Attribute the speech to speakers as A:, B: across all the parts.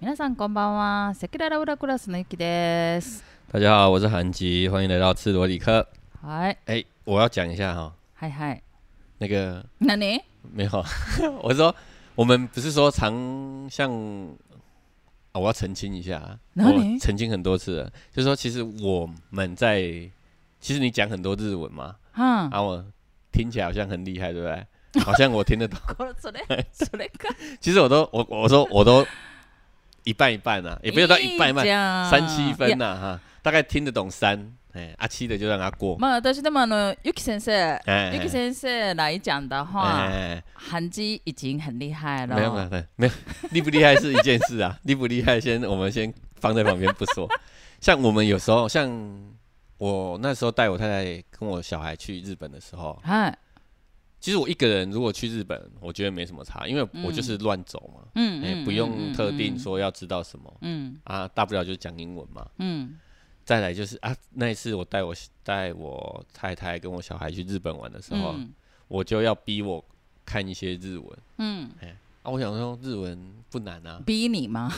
A: 皆さんこんばんは、セキュララウラクラスのゆきです。
B: 大家好，我是韩吉，欢迎来到赤裸里克。
A: はい、
B: 哎，我要讲一下哈、
A: はいはい。
B: 那个
A: 何？
B: 没有， 我说我们不是说常像啊，我要澄清一下啊，
A: 哪
B: 我
A: 里
B: 澄清很多次了，就是说其实我们在，其实你讲很多日文嘛，
A: はん。
B: 啊，我听起来好像很厉害，对不对？好像我听得懂，
A: これそれそれか。
B: 其实我都我我说我都一半一半啊，也不要到一半一半，
A: じゃん
B: 三七
A: い
B: 分
A: や
B: 呐、啊、哈，大概听得懂三，哎，啊七的就让他过。
A: まあ私でもあのゆき先生、
B: 哎
A: ゆき先生来讲的话，
B: 哎，
A: 韩基已经很厉害了。
B: 没有没有没有没有， 厉不厉害是一件事啊， 厉不厉害先我们先放在旁边不说。 像我们有时候，像我那时候带我太太跟我小孩去日本的时候，
A: はい。
B: 其实我一个人如果去日本，我觉得没什么差，因为我就是乱走嘛，
A: うん、
B: 哎、
A: うん
B: 不用特定。
A: うん
B: 说要知道什么
A: うん
B: 啊，大不了就讲英文嘛。
A: うん
B: 再来就是啊，那一次我带我带我太太跟我小孩去日本玩的时
A: うん
B: 候，我就要逼我看一些日文
A: うん。
B: 啊，我想说日文不难啊，
A: 逼你吗？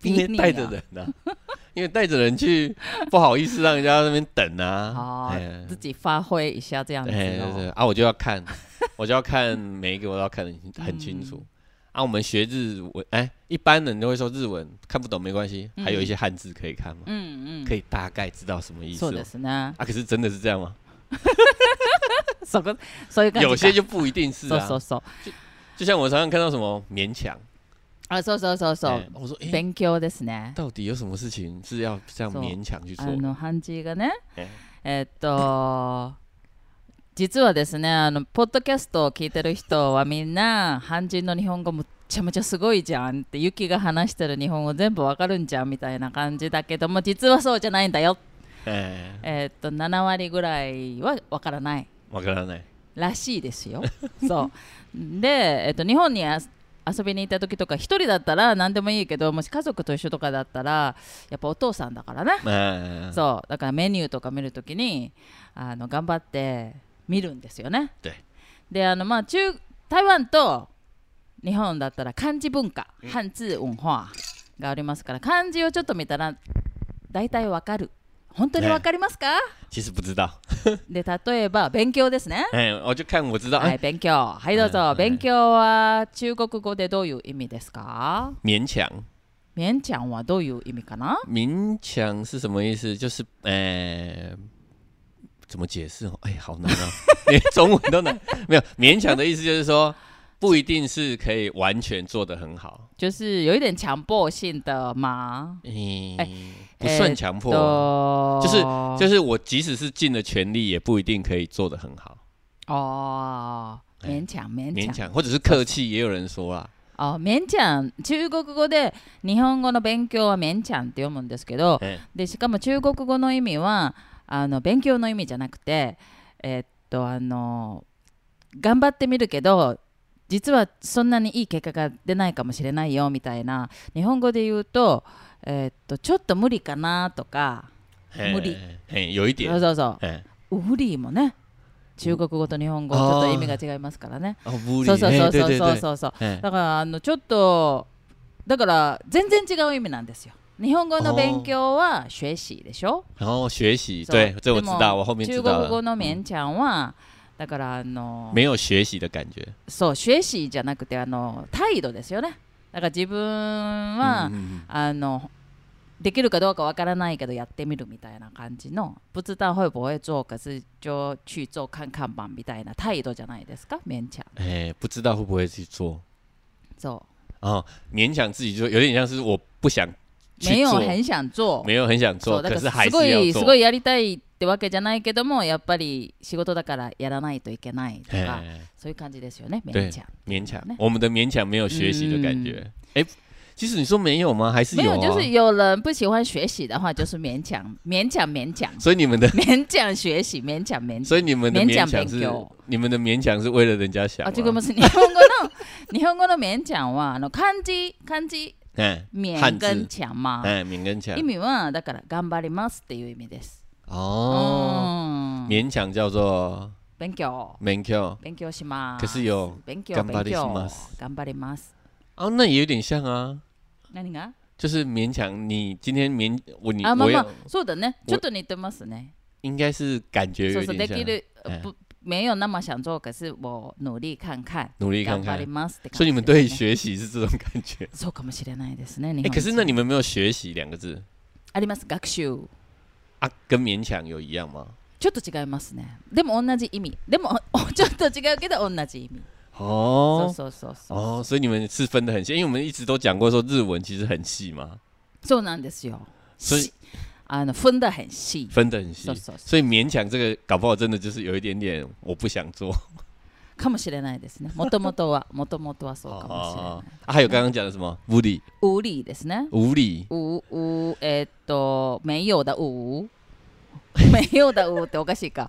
B: 因
A: 啊
B: 为带着人呐、 因为带着人去，不好意思让人家在那边等啊。
A: 好
B: 哎呀，
A: 自己发挥一下哦这样子
B: 哎，对对
A: 哦。
B: 啊，我就要看， 我就要看每一个，我都要看得很清楚。
A: 嗯
B: 啊，我们学日文，哎，一般人都会说日文看不懂没关系，还有一些汉字可以看嘛，
A: 嗯嗯。
B: 可以大概知道什么意思
A: そう
B: 嘛
A: で。す ね。
B: 啊，可是真的是这样吗？
A: そこそういう感じか。
B: 有些就不一定是
A: そうそう
B: 啊。
A: そう。
B: 就像我常常看到什么勉强，
A: あ、そうそうそうそ
B: 哎
A: う。
B: 我说，哎，
A: 勉強ですね。
B: 到底有什么事情是要这样
A: そう
B: 勉强去
A: あ
B: 做的？
A: の漢字がね
B: え、
A: えーっと。実はですねあの、ポッドキャストを聞いてる人はみんな、漢字の日本語むっちゃむちゃすごいじゃんって、ユキが話してる日本語全部わかるんじゃんみたいな感じだけども、実はそうじゃないんだよ。
B: 哎，
A: えーっと、7割ぐらいはわからない。
B: わからない。
A: らしいですよ。 そうで、えっと、日本にあ遊びに行った時とか一人だったら何でもいいけどもし家族と一緒とかだったらやっぱお父さんだからね、
B: 哎，
A: そうだからメニューとか見るときにあの頑張って見るんですよね。
B: 对
A: であのまあ中台湾と日本だったら漢字文化漢字文化がありますから漢字をちょっと見たら大体わかる。本当にわかりますか、
B: 其实不知道。
A: で例えば勉強ですね。
B: 哎，我就看我知道，
A: はい、
B: 哎，
A: 勉強。はい、どう
B: は
A: ぞ。
B: い
A: 勉強は中国語でどういう意味ですか
B: 勉强，
A: めんちゃんはどういう意味かな
B: 勉强是什么意思？就是，哎，怎么解释哦？哎，好难 哦，连中文都难。没有，勉强的意思就是说，不一定是可以完全做得很好，
A: 就是有一点强迫性的吗
B: 嗯
A: 哎，
B: 不算强迫
A: と
B: 啊，就是就是我即使是尽了全力，也不一定可以做得很好。
A: 哦
B: 哎
A: 勉強勉
B: 勉
A: 強
B: 强，或者是客气，也有人说啦，
A: あ勉強中国語で日本語の勉強は勉強って読むんですけど
B: 哎，
A: でしかも中国語の意味はあの勉強の意味じゃなくてえっとあの頑張ってみるけど実はそんなにいい結果が出ないかもしれないよみたいな日本語で言うと,、えっとちょっと無理かなとか
B: 哎
A: 無理，
B: 哎，有一
A: そう
B: 点，
A: そうそ
B: 哎，
A: う無理もね中国語と日本語ちょっと意味が違いますからね。
B: 哦，无理，
A: そうそう
B: 哎
A: そうそうそう
B: 对对对，
A: そうそう
B: 哎。
A: だからあのちょっとだから全然違う意味なんですよ。日本語の勉強は学習でしょ、
B: 然后学习，
A: そう
B: 对，这我
A: で
B: 知
A: も
B: 道，我后面知
A: 中
B: 道
A: 国語
B: 了。嗯
A: の勉強は、だからあの
B: 没有学习的感觉。
A: そう学習じゃなくてあの態度ですよねだから自分は、
B: 嗯，
A: あのできるかどうかわからないけどやってみるみたいな感じの不知道会不会做可是就去做看看吧みたいな態度じゃないですか勉強
B: 哎，不知道会不会去做，
A: そ
B: 然后勉强自己做，有点像是我不想
A: う没
B: 去
A: 有
B: 做，
A: 很想做
B: 没有很想
A: そう
B: 做，
A: だ
B: 可
A: か
B: 是
A: ら
B: 还
A: す
B: 是
A: ごい
B: 要
A: すご
B: 做。
A: いやりたいってわけじゃないけどもやっぱり仕事だからやらないといけないとか
B: 哎，
A: そういう感じですよね勉
B: 对
A: 強
B: 勉强
A: ね，
B: 我们的勉强没有学习的感觉。哎，其实你说没有吗？还是
A: 嗯没
B: 有
A: 有，就是
B: 啊。
A: 有人不喜欢学习的话，就是勉强、勉强、勉强、
B: 所以你们的，
A: 勉强学习、勉强、勉强。
B: 所以你们的
A: 嗯勉
B: 勉
A: 强
B: 强是
A: 勉強，
B: 你们的勉强是为了人家想
A: あ、
B: 吗。
A: 这个不是日本語の日本語の勉強はあの漢字漢字
B: 哎，
A: 勉
B: 汉
A: 跟
B: 字，
A: 強まあ
B: 哎，勉跟强
A: 意。味はだから頑張りますっていう意味です。う
B: 哦，
A: ん
B: 勉强叫做
A: 勉強
B: 勉強。
A: 勉強します。
B: 可是有
A: 勉強
B: 頑
A: 勉
B: 張りし
A: 強
B: ます
A: 頑張ります。
B: 哦，那也有点像啊。
A: 何が
B: 就是勉强你今天勉我你
A: あまあ
B: 我
A: ま
B: 要
A: あそうだねちょ
B: 我
A: っと似てますね
B: 应该是感觉
A: そう
B: 有
A: そう
B: 点
A: でき
B: 像，
A: る
B: 哎
A: 不没有那么想做可是我努力看看
B: 努力看
A: 頑張
B: 看
A: り。ますって感じですね
B: 所以你们对学习是这种 感觉？
A: そうかもしれないですね日
B: 哎、
A: 本
B: 可
A: 人
B: 是那你们没有“学习”两个字
A: あります学習
B: 啊？跟勉强有一样吗？
A: ちょっと違いますねでも同じ意味でも おちょっと違うけど同じ意味そう
B: 哦
A: そうそうそう
B: 哦，所以你们是分得很细，因为我们一直都讲过说日文其实很细嘛，
A: そうなんですよ
B: 所以
A: しあの踏んだ很细
B: 分得很细
A: そう，そうそう
B: 所以勉强这个搞不好真的就是有一点点我不 想做。
A: かもしれないですねもともとはもともとはそうかもしれない
B: 哦啊，还有刚刚讲的什么无理
A: 無理ですね
B: 无理
A: ううえーっと名誉だう名誉だうっておかしいか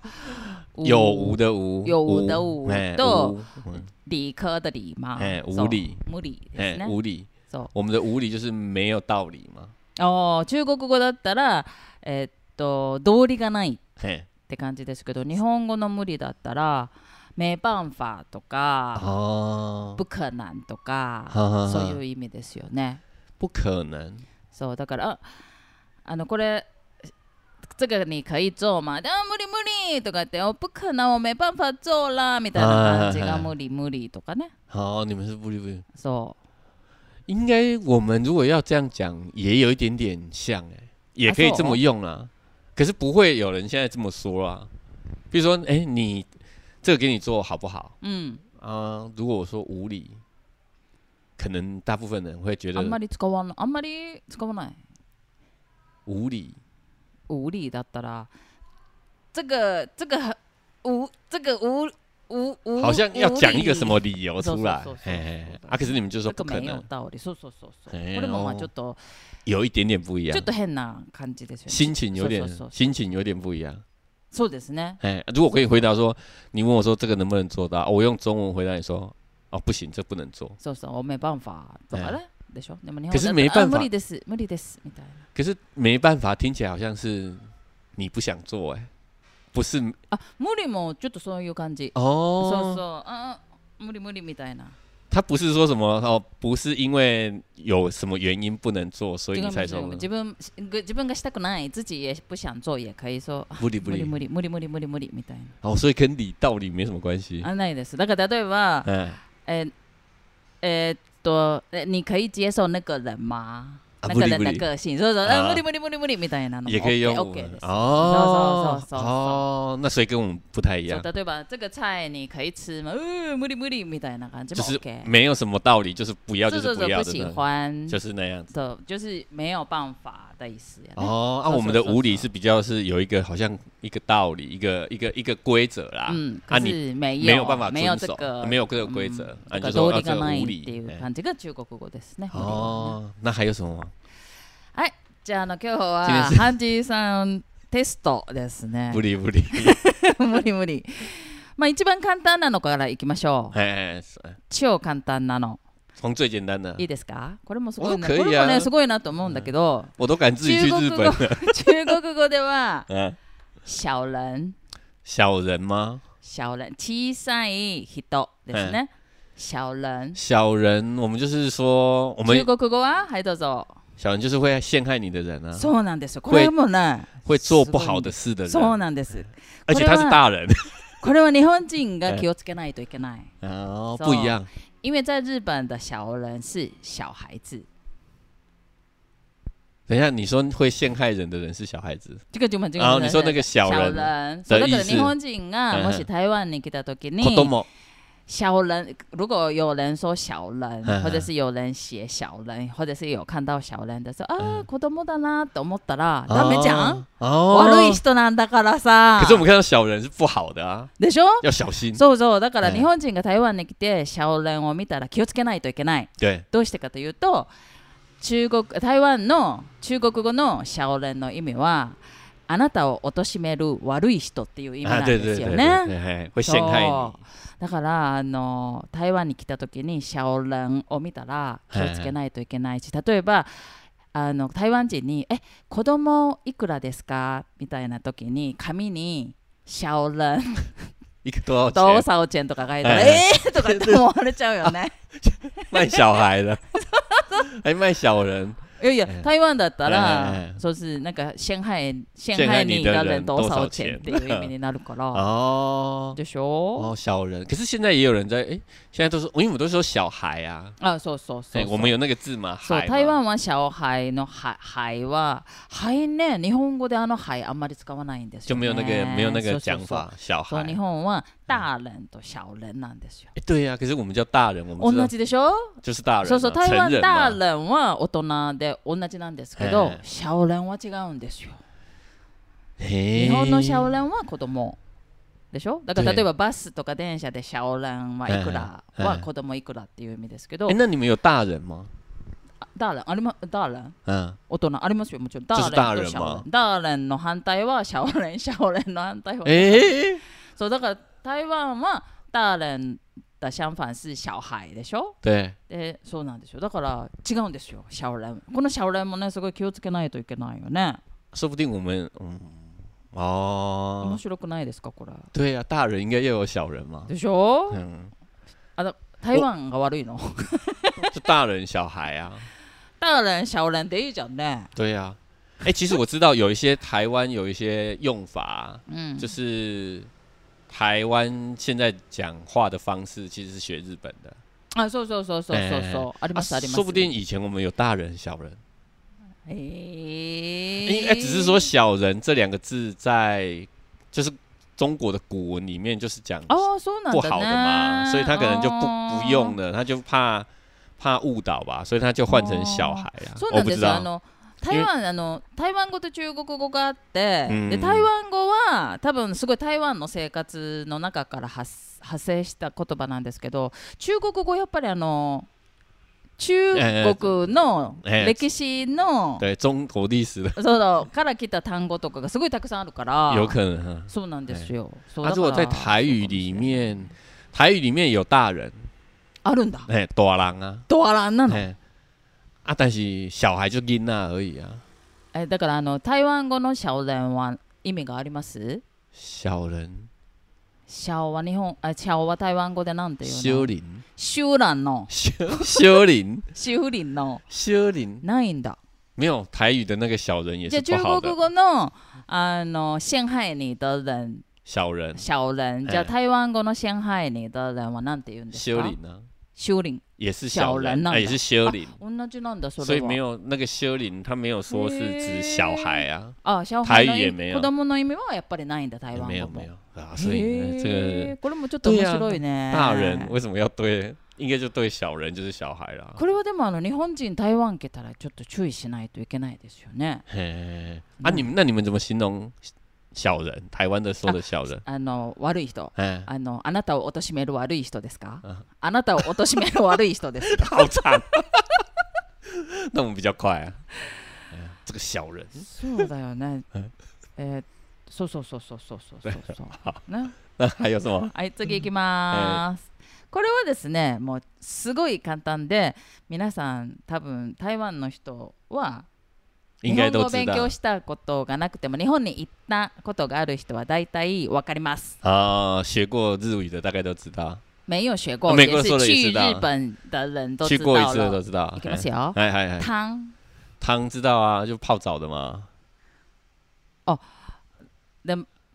A: う
B: 有无的无
A: 有无的无
B: 哎
A: 的
B: 无嗯
A: 理科的理嘛
B: 哎
A: そう
B: 無理
A: 無理です
B: 哎
A: ね
B: 无理，
A: そう
B: 我们的无理就是没有道理嘛，
A: あー中国語だったら、えーっと道理がないっ
B: 嘿
A: て感じですけど日本語の無理だったら名バンファーとか
B: 哦
A: 不可能とか
B: 哈哈
A: そ
B: 哈
A: ういう意味ですよね
B: 不可能
A: そうだからああのこれ这个你可以做吗？であ無理無理とかって、お不可能、我没办法做啦みたいな感じ
B: はい
A: が
B: はいはい
A: 無理無理とかね。
B: 好，你们是不理不理，
A: そう。
B: 应该我们如果要这样讲，也有一点点像哎、也可以这么用啊。可是不会有人现在这么说啊。比如说，哎、你这个给你做好不好
A: うん。
B: 啊、如果我说无理，可能大部分人会觉
A: あんま
B: 得
A: り使わない。あんまり使わない。
B: 无理
A: 无理だったら、这个这个无这个无无无，
B: 好像要讲一个什
A: 無
B: 么理由出来
A: そうそうそうそう，
B: 哎哎哎啊，可是你们就
A: 理。
B: 说
A: 这
B: 不
A: 个
B: 可
A: 没有
B: 能，
A: 道理。そうそうそうそう。
B: 哎
A: これもまあ
B: 哦
A: ちょっと
B: 有一点点不一
A: ちょ
B: 样
A: っ，と変な感じですよね。
B: 心情有点
A: そうそうそう
B: 心情有点不一样。
A: そうですね。
B: 哎，如果可以回答说，你问我说这个能不能做到，哦我用中文回答你说，哦，不行，这不能做。
A: そうそう。我没办法とかね。でしょ。でも日本
B: 可是
A: だったら
B: 没办法
A: あ無理です無理ですみたいな。
B: 可是没办法，听起来好像是你不想做、哎，不是
A: あ無理もちょっとそういう感じ。そう
B: 哦，
A: そう。あ無理無理みたいな。
B: 他不是说什么哦，不是因为有什么原因不能做，所以
A: 違
B: 你
A: う
B: 才
A: 違
B: 说
A: う自分自分がしたくない、自己也不想做也可以说
B: 不理不
A: 無理
B: 理，
A: 無理無理無理無理無理みたいな。
B: 哦，所以跟理道理没什么关系。
A: あないです。だから例えば、
B: 哎，
A: えーえーっと、え你可以接受那个人吗？
B: 啊
A: 那
B: 無
A: 个
B: 理
A: 人
B: 無
A: 的
B: 理
A: 个性，そうそう、あ
B: あ
A: 無理無理無理無理みたいなのも
B: 也可以用
A: OK
B: 我
A: OK です。そ
B: 哦
A: うそうそうそう
B: 哦，那所以跟我们不太一
A: そ
B: 样
A: う，例えば、这个菜你可以吃吗？うん、無理無理みたいな感じ
B: 就
A: も
B: 是
A: OK。
B: 没有什么道理，就是不要
A: そう
B: 就
A: そ
B: 是
A: うそう
B: 要
A: 不
B: 的
A: 喜
B: 那种，
A: 欢
B: 就是那样子。
A: そう就是没有办法的意思やね。
B: 哦，啊，
A: 是
B: 我们的
A: 是
B: 无理
A: 是
B: 是比较是有一个好像一个道理，一个一个一个规则啦，
A: うん、嗯
B: 啊
A: 可
B: 你
A: 是没有
B: 没有办法
A: 没有
B: 遵
A: 这
B: 守
A: 个，
B: 没有这个规则，
A: だ
B: 啊，你
A: から
B: 就说
A: 道
B: 啊
A: 理
B: 这
A: が
B: 个
A: ない
B: 无
A: っ
B: 理
A: ていう
B: 哎
A: 感じが中国語ですね。
B: 哦，那还有什么
A: 無理
B: 吗？
A: はねはい、じゃああの今日
B: 記念
A: は
B: する
A: ハンジーさんテストですね
B: 无。理无 理，
A: 無理無理。まあ一番簡単なのからいきましょう。
B: 哎哎，哎是哎
A: 超簡単なの。
B: 从最简单的
A: い，いですか？これもすごい
B: お
A: な。
B: 可以
A: こ
B: 啊
A: れもねすごいなと思うんだけど、
B: 我都敢自己去日本了，
A: 中国語では
B: 嗯，
A: 小人、
B: 小人吗？
A: 小人、小さい人ですね。小人。
B: 小人，我们就是说，我们
A: 中国語ははいどうぞ。
B: 小人就是会陷害你的人啊，
A: そうなんですよ。
B: こ
A: こ
B: れ
A: れもね、
B: 会做不好的事的
A: そう
B: 人，
A: なんです。
B: 而且他
A: 啊
B: 是大人，
A: これは日本人が気をつけないといけない。
B: 哦，
A: So-
B: 不一样，
A: 因为在日本的小人是小孩子。
B: 等一下，你说会陷害人的人是小孩子，
A: 这个就蛮这
B: 然后你说那个小
A: 小
B: 人。
A: 人，
B: 的
A: そうだ
B: 意
A: から
B: 思
A: 日本人がもし台湾に来た時に
B: 子供
A: 小人，如果有人说小人
B: 嗯，
A: 或者是有人写小人，或者是有看到小人的时候啊，子供だなと思ったらダメじゃん。
B: 哦，
A: 悪い人なんだからさ
B: 可。是我们看到小人是不好的啊，
A: でしょ？
B: 要小心。
A: そうそう。だから
B: うん
A: 日本人が台湾に来て小人を見たら気をつけないといけない。
B: 对，
A: どうしてかというと中国台湾の中国語のシャオレンの意味はあなたを貶める悪い人っていう意味
B: 啊，
A: なん
B: 对
A: で
B: 对
A: す
B: 对
A: よ
B: 对
A: ね。
B: 对，嘿会陷害
A: そう
B: 你。
A: だからあの台湾に来た時にシャオレンを見たら気をつけないといけないし例えばあの台湾人に「え子供いくらですか?」みたいな時に紙に「シャオレン
B: 一个多少
A: 多
B: 钱？
A: 少钱とか書いたら、
B: はい
A: えーとかって思われちゃうよ ね。
B: 卖小孩 的，还卖小人，
A: いやいや、
B: ええ
A: 台湾だったら、
B: ええ
A: そうすなんか、上海、上
B: 上海
A: 海
B: 你
A: に
B: 的
A: が
B: 人
A: 多
B: 多少
A: 少
B: 钱
A: 钱っていう意味になるから。
B: 哦
A: でしょ、
B: 哦，小人。可是现在也有人在，哎，现在都是，因为我们都说小孩啊，
A: あ、そうそうそう
B: 哎，
A: そう。
B: 我们有那个字嘛，
A: そう
B: 海嘛。
A: 台湾は上海のハイは、ハイね、日本語であのハイあんまり使わないんですよ、
B: 就
A: ね。
B: 没有那个没有那
A: そうそ
B: 个
A: う
B: 讲
A: そう
B: 法，小孩
A: そう。日本は大人と小人なんですよ。
B: 哎对呀，可是我们叫大人，我们
A: 同
B: 知道
A: じでしょ
B: 就是大人
A: そうそう、
B: 嘛，
A: 台
B: 成
A: 湾
B: 人
A: 大
B: 嘛。
A: 人は大人で同じなんですけど
B: ええ、
A: 小人は違うんですよ。
B: 日
A: 日本のシャオランは子供でしょだから例えばバスとか電車でシャオランはいくら
B: はいはい
A: は子供いくらっていう意味ですけど
B: 哎，，那你们有大人吗？
A: あダーランありまダーラン
B: 嗯，
A: 大人ありますよもちろんダ
B: ょっ
A: ー
B: と
A: ランとシャオ
B: ダ
A: ランダ
B: ーレンも
A: ーランの反対はシャオランシャオランの反対は
B: 哎，
A: そうだから台湾はダーランだシャンファンスシャオハイでしょ
B: 对，
A: でそうなんですよだから違うんですよシャオランこのシャオランもねすごい気をつけないといけないよね
B: 说不定我们嗯
A: 面
B: 哦，
A: 白くないですかこれ
B: 对呀，大人应该要有小人嘛，
A: でしょ
B: 嗯，
A: 台湾が悪いの
B: 就大人小孩啊，
A: ダーランシャオランでいいじゃんね
B: 对呀。哎，其实我知道有一些台湾有一些用法，啊
A: うん
B: 就是台湾现在讲话的方式其实是学日本的。啊
A: あ、そうそうそうそうそうそう、ありますあります。
B: 说不定以前我们有大人小人，
A: え
B: 应
A: ー
B: 该只是说小人这两个字在就是中国的古文里面就是讲
A: あー、そうなんだ
B: 不
A: ね。
B: 哦好的啊哦嘛，所以他可能就不不用
A: 了。
B: 了，他就怕怕误导吧，所以他就换成小孩啊。
A: そう
B: 我
A: なん
B: 不
A: で
B: 知
A: すよ。あ
B: 道，
A: の台湾あの台湾語と中国語があって、
B: うん
A: で台湾語は多分すごい台湾の生活の中から発派生した言葉なんですけど、中国語やっぱりあの中国の
B: えーえー
A: 歴史の、
B: 对中国历史的
A: そうそうから来た単語とかがすごいたくさんあるから。
B: 有可能啊。
A: そうなんですよ。そう
B: 他
A: だ
B: 如
A: か
B: 果
A: ら
B: 在台语里面，台语里面有大人，
A: あるんだ。
B: 哎，大人啊，
A: ドアランなの。
B: 哎，啊，但是小孩就囡娜而已啊，
A: えだからあの台湾語のシャオレンは意味があります？
B: 小人
A: シャオは日本、あシャオは台湾語でなんていう
B: 修
A: の？
B: 林
A: シュランの、
B: 修修林
A: シュリンの
B: 修林，
A: ないんだ。
B: 没有台语的那个小人也
A: じゃ
B: 是
A: あ
B: 不
A: 中
B: 好的
A: 国語のあの上海に的人
B: 小人
A: シャオレン。じゃあ
B: ええ
A: 台湾語の上海に的人はなんて言うんです
B: 修
A: か？
B: 林呢
A: シュリン。
B: 也是
A: 小
B: 小
A: 人
B: 人，
A: 那
B: 哎也
A: 个
B: 是修林，
A: 同じなんだそ
B: 所
A: れ
B: 以
A: は。
B: 没有那个修林，他没有说是指小孩啊，
A: あ、シャオハイの
B: 台
A: 意
B: 语也没
A: 味
B: 有
A: 子供の意味はやっぱりないんだ台湾語も。
B: 没有没有啊，所以呢这
A: へー
B: 个
A: これもちょっと面白いね。
B: 大人为什么要对，应该就对小人就是小孩啦。
A: これはでもあの日本人台湾来たらちょっと注意しないといけないですよね。
B: 嘿，啊，你们那你们怎么形容小人？台湾的说的小 人，
A: あの悪い人。
B: 哎，
A: あのあなたを貶める悪い人ですか
B: あ
A: あなたを貶める悪い人です。
B: 好惨。 那我们比较快啊，哎这个小人，
A: そうだよね
B: うん。
A: えーそうそうそうそうそうそうそうそう。ね、
B: 那还有什么？
A: はい、次行きます。これはですね、もうすごい簡単で、皆さん多分台湾の人は
B: 应
A: 日
B: 该
A: 本
B: 都
A: 語を
B: 知
A: 勉
B: 道
A: 強したことがなくても、日本に行ったことがある人は大体わかります。
B: 啊，学过日语的大概都知道，
A: 没有学过，
B: 啊美国
A: 也
B: 说
A: 是
B: 了也
A: 去
B: 知道
A: 日本的人都
B: 去
A: 知
B: 过一
A: 道
B: 次的
A: 了。
B: 都知道
A: い。きますよ。
B: 哎哎哎，
A: 汤
B: 汤知道啊，就泡澡的嘛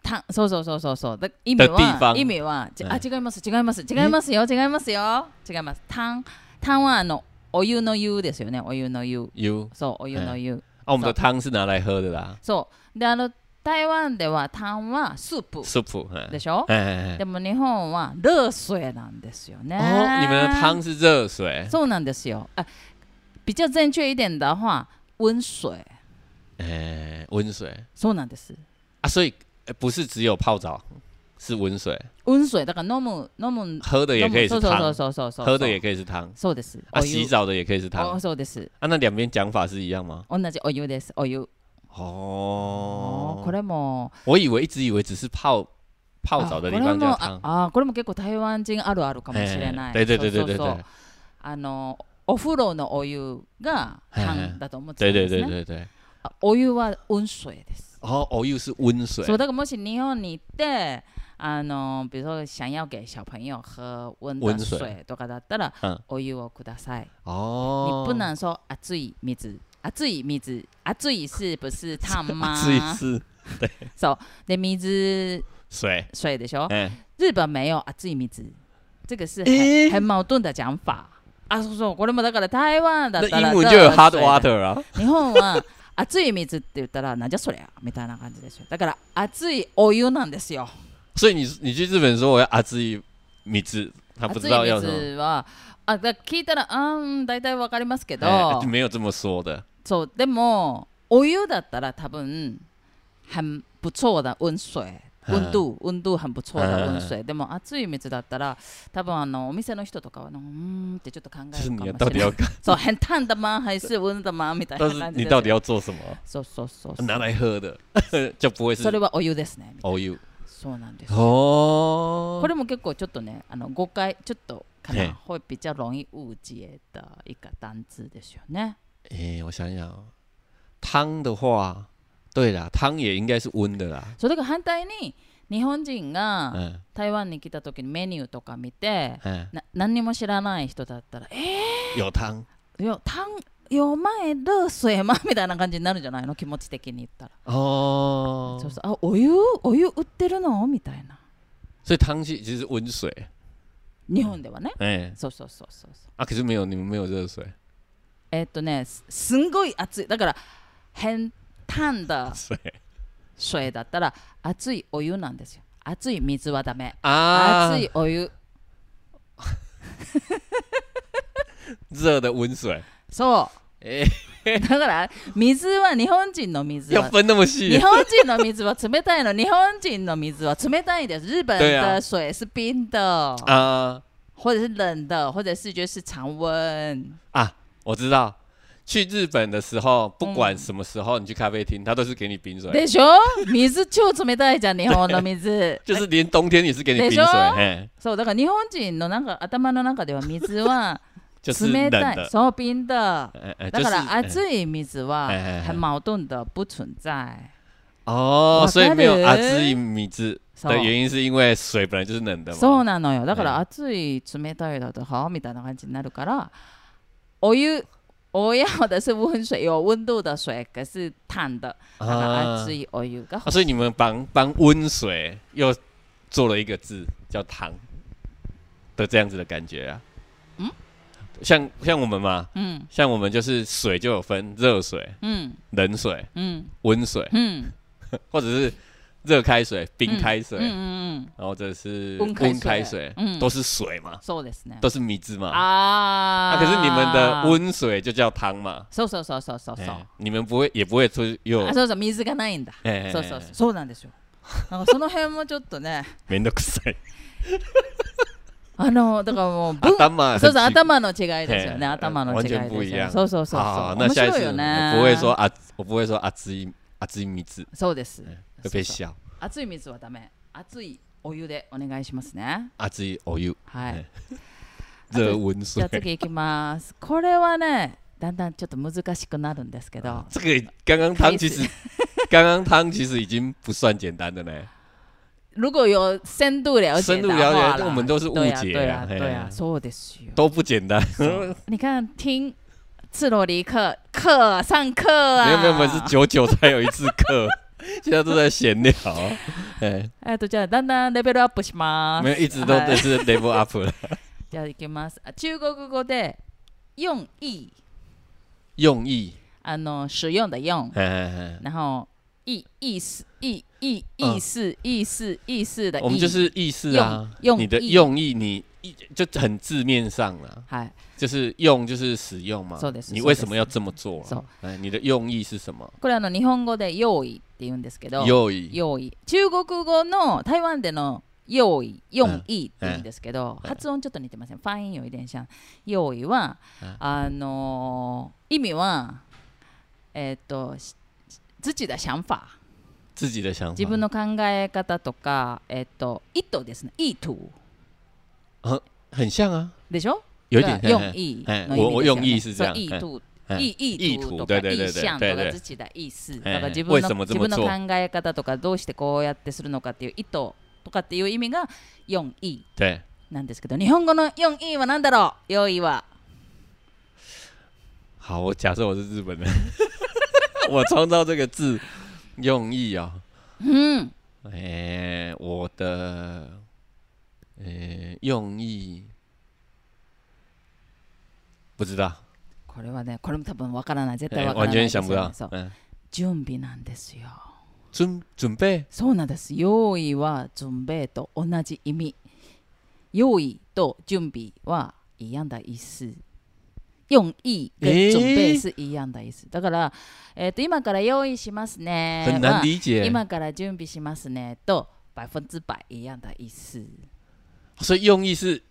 A: 汤，そうそうそうそうそう。だ意味
B: 的地
A: は
B: 方
A: 意味はじ
B: は
A: あ
B: い
A: 違います違います違いますよ違いますよ違います。汤汤はあのお湯の湯ですよねお湯の湯。
B: ，U
A: そうお湯の湯。
B: 啊，我们的汤是拿来喝的啦
A: そうであの台湾では汤はスープ
B: ，soup，
A: で
B: 哎
A: しょ。
B: 哎哎
A: でも日本は热水なんですよね。
B: 哎，哦，你们的汤是热水，
A: そうなんですよ。あ、比较正确一点的话，温水。
B: 哎，温水
A: そうなんです。
B: 啊，所以呃不是只有泡澡，是温水。
A: 温水だから飲む飲む
B: 喝的也可以
A: そうそ
B: 是
A: う
B: 汤，
A: そうそうそう
B: 喝的也可以是汤
A: そうです
B: 啊，洗澡的也可以是汤
A: おそうです
B: 啊。那两边讲法是一样吗？
A: 同じお湯ですお湯
B: 哦
A: こ，れも
B: 我以为一直以为只是泡泡澡的地方叫
A: あこれも
B: 汤，
A: ああこれも結構台湾人あるあるかもしれない
B: 哎对对对对
A: そうそ
B: 对
A: うそう
B: 对
A: あのお風呂のお湯が
B: え
A: 炭
B: え
A: だと思ってた
B: 对
A: んで
B: 对
A: す
B: 对
A: ね
B: 对对。
A: あお湯は温水です
B: 哦，哦又是温水
A: そうだからもし日本に行ってあの比如说想要给小朋友喝温的
B: 温水
A: 水とかだったら、
B: 嗯
A: お湯をください。你
B: 哦
A: 不能说熱い水。熱い水、熱い是不是烫吗？
B: 自己是
A: そう。で、水、
B: 水，
A: 水でしょ
B: 哎、
A: 日本没有熱い水。这个是很、
B: 诶
A: 很矛盾的讲法。あ、そうそう。これもだから台湾だ
B: 那
A: ったら
B: 英文就
A: 热
B: 有
A: 水
B: hot
A: だ
B: water 啊，
A: 日本は熱い水って言ったらなんじゃそりゃみたいな感じでしょだから熱いお湯なんですよ
B: 所以你你去日本说我要阿兹一米兹，他不
A: 熱
B: 知
A: い
B: 道要什么，
A: 水はあだ聞いたらあーん大体わかりますけど、
B: 哎没有这么说的。
A: そうでもお湯だったら多分很不错的温水
B: うん
A: 温度温度很不错的温
B: う
A: 水でも熱い水だったら多分あのお店の人とかはあのうーんってちょっと考え
B: 就是
A: る
B: 你
A: か
B: 要
A: もしれな
B: 到底要
A: い，そう很烫的吗还是温的吗みたいな
B: 但
A: 感
B: 是
A: じ
B: 你
A: です
B: 到底要做什么？
A: そうそうそうそう
B: 拿来喝的， 就不会是
A: それはお湯ですね
B: O U
A: そうなんです
B: 哦
A: こ。れも結構ちょっとね、あの誤解、ちょっとか
B: ええ
A: な、会比较容易误解的一个单字ですよね。
B: 哎、我想想哦，汤的话，对啦，汤也应该是温的啦。
A: それが反対に、日本人が
B: 嗯
A: 台湾に来た時にメニューとか見て、
B: 嗯，
A: な何にも知らない人だったら、え
B: 有汤
A: よ、たん、よ前、ルースエマみたいな感じになるんじゃないの気持ち的に言ったら。
B: 哦
A: そう。そう、あ、お湯、お湯売ってるのみたいな。
B: 所以汤其实是温水，
A: 日本ではね。
B: 哎、
A: そうそうそうそうそう。
B: 啊，可是没有你们没有热水，
A: えっとね、すすんごい熱い。だから、変、たんだ。
B: 水
A: 水だったら熱いお湯なんですよ熱い水はダメ
B: 啊
A: 熱，いお湯
B: 热的温水，
A: そ
B: 哎、
A: うだから水は日本人の水
B: 要
A: は
B: 分那么
A: 日
B: 细，
A: 本人の水は冷たいの日本人の水は冷たいです日本
B: 对啊
A: 的水是冰的
B: 啊
A: 或者是冷的或者是就是常温
B: 啊，我知道。去日本的时候，不管什么时候你去咖啡厅，他都是给你冰水，
A: でしょ水超冷たいじゃん日本の 水
B: 就是连冬天也是给你
A: 对
B: 冰
A: 说
B: 水，哎，
A: そうだから日本人のなんか頭の中では水 は
B: 就是冷
A: 冷たい
B: 的，
A: そう冰的
B: 哎哎，
A: だ
B: 就是
A: から
B: 哎
A: 熱い水
B: 哎哎哎
A: は很矛盾的不存在。
B: 哦，
A: 哇
B: 所以没有
A: 那
B: 阿
A: 人
B: 兹伊米兹
A: そう
B: 的原因是因为水本来就是冷的
A: そう
B: 嘛。
A: なのよ。だから
B: え
A: 熱い冷たいだとはみたいな感じになるから、お湯おや或者是温水有温度的水，可是烫的，だから
B: 啊
A: 熱いお湯が
B: 啊，所以你们帮帮温水又做了一个字叫“糖”的这样子的感觉啊。
A: 嗯，
B: 像像我们嘛，
A: 嗯
B: 像我们就是水就有分热水、
A: 嗯
B: 冷水、
A: 嗯
B: 温水，
A: 嗯
B: 或者是热开水、冰开水，
A: 嗯嗯
B: 然后这是
A: 温开水
B: 温开水，
A: 嗯，
B: 都是水嘛，
A: そうですね。
B: 都是米汁嘛。
A: 啊
B: 啊，可是你们的，温水就叫汤嘛。
A: そうそうそうそうそうそう
B: 哎。你们不会也不会出又
A: あそうそう水がないんだ。
B: 哎
A: そうそうそうそうなんですよ。なんかその辺もちょっとね、
B: めんどくさい。
A: あのだからもう文
B: 頭
A: そうそう、
B: 啊很奇
A: 頭の違いですよ
B: 嘿
A: ね。頭の違い
B: 完全不
A: で
B: 一
A: す
B: 样
A: よ。そうそうそう
B: 好
A: そ
B: 好
A: う。
B: 那
A: 面
B: 下一
A: 白
B: 次
A: いよね。
B: 我不会说啊，我不会说啊，之一啊之一米字
A: そうです。
B: 会被笑。
A: 熱い水はダメ。熱いお湯でお願いしますね。
B: 啊之一哦哟，
A: は
B: はい
A: い。啊
B: 热温
A: じ
B: 水
A: ゃあ。次行きます。これはね、だんだんちょっと難しくなるんですけど、
B: 这个刚刚汤其实，刚刚汤其实已经不算简单 的呢。
A: 如果有深度了解的话啦，
B: 深度了解那我们都是误
A: 对呀
B: 解
A: 对
B: 啊
A: 呀
B: 嘿
A: 对呀，そうですよ。
B: 都不简单，
A: 你看，听赤裸离课课上课啊，
B: 没有没有，我们是久久才有一次课， 现在都在闲聊，
A: 啊
B: 哎，
A: えっとじゃあだんだんレベルアップします。
B: 没有，一直
A: 啊
B: 都都是 level up 了。
A: じゃあ行きます。あ中国語で用意
B: 用意，
A: あの使用的用，
B: 哎哎哎，
A: 然后意意思意意
B: 嗯
A: 意思意思意思的意，
B: 我们就是意思啊，
A: 用用
B: 你的
A: 意
B: 用意，你一就很字面上了。
A: はい
B: 就是用就是使用嘛
A: そうで，す
B: 你为什么要这么做、
A: そう
B: 啊？哎，你的用意是什么？
A: これあの日本語で用意って言うんですけど、
B: 用意
A: 用意中国語の台湾での用意用意って言うんですけど、
B: うん
A: 発音ちょっと似てません。发音有一点像。用意は
B: うん
A: あのー意味はえっとし自己的想法。
B: 自己的想法，
A: 自分の考え方とか、えっと、意図ですね。意図
B: 很像啊，
A: でしょ
B: 有一点像
A: 啊用意
B: 哎
A: の意味ですよね
B: 我我用意是这样
A: そう意図、
B: 哎
A: 意意
B: 意
A: 図
B: 图
A: と
B: 对
A: か
B: 对对
A: 意向
B: 对
A: と
B: 对
A: か
B: 对
A: 自己的意思、
B: 哎
A: だから自
B: 为
A: 分の
B: 什么这
A: 自
B: 么
A: 分の
B: 做
A: 考え方とかどうしてこうやってするのかっていう意図とかっていう意味が 4E
B: 对，
A: なんですけど日本語の 4E は何だろう ?4E は
B: 好，我假设我是日本人， 我创造这个字用意啊、
A: うん
B: 哎、我的呃、用意不知道，
A: これはねこれも多分わからない絶
B: 哎、
A: 対わから
B: 完
A: ないですよ
B: 全想
A: ね、
B: 不到
A: そ。う
B: 嗯，
A: 準備なんですよ
B: 准准备
A: そうなんです用意は準備と同じ意味用意と準備は一样的意思用意跟
B: えー
A: 準備是一样的意思、だから、えー、と今から用意しますね
B: 很
A: は
B: 难理解，
A: 今から準備しますねと百分之百一样的意思。
B: 所以用意是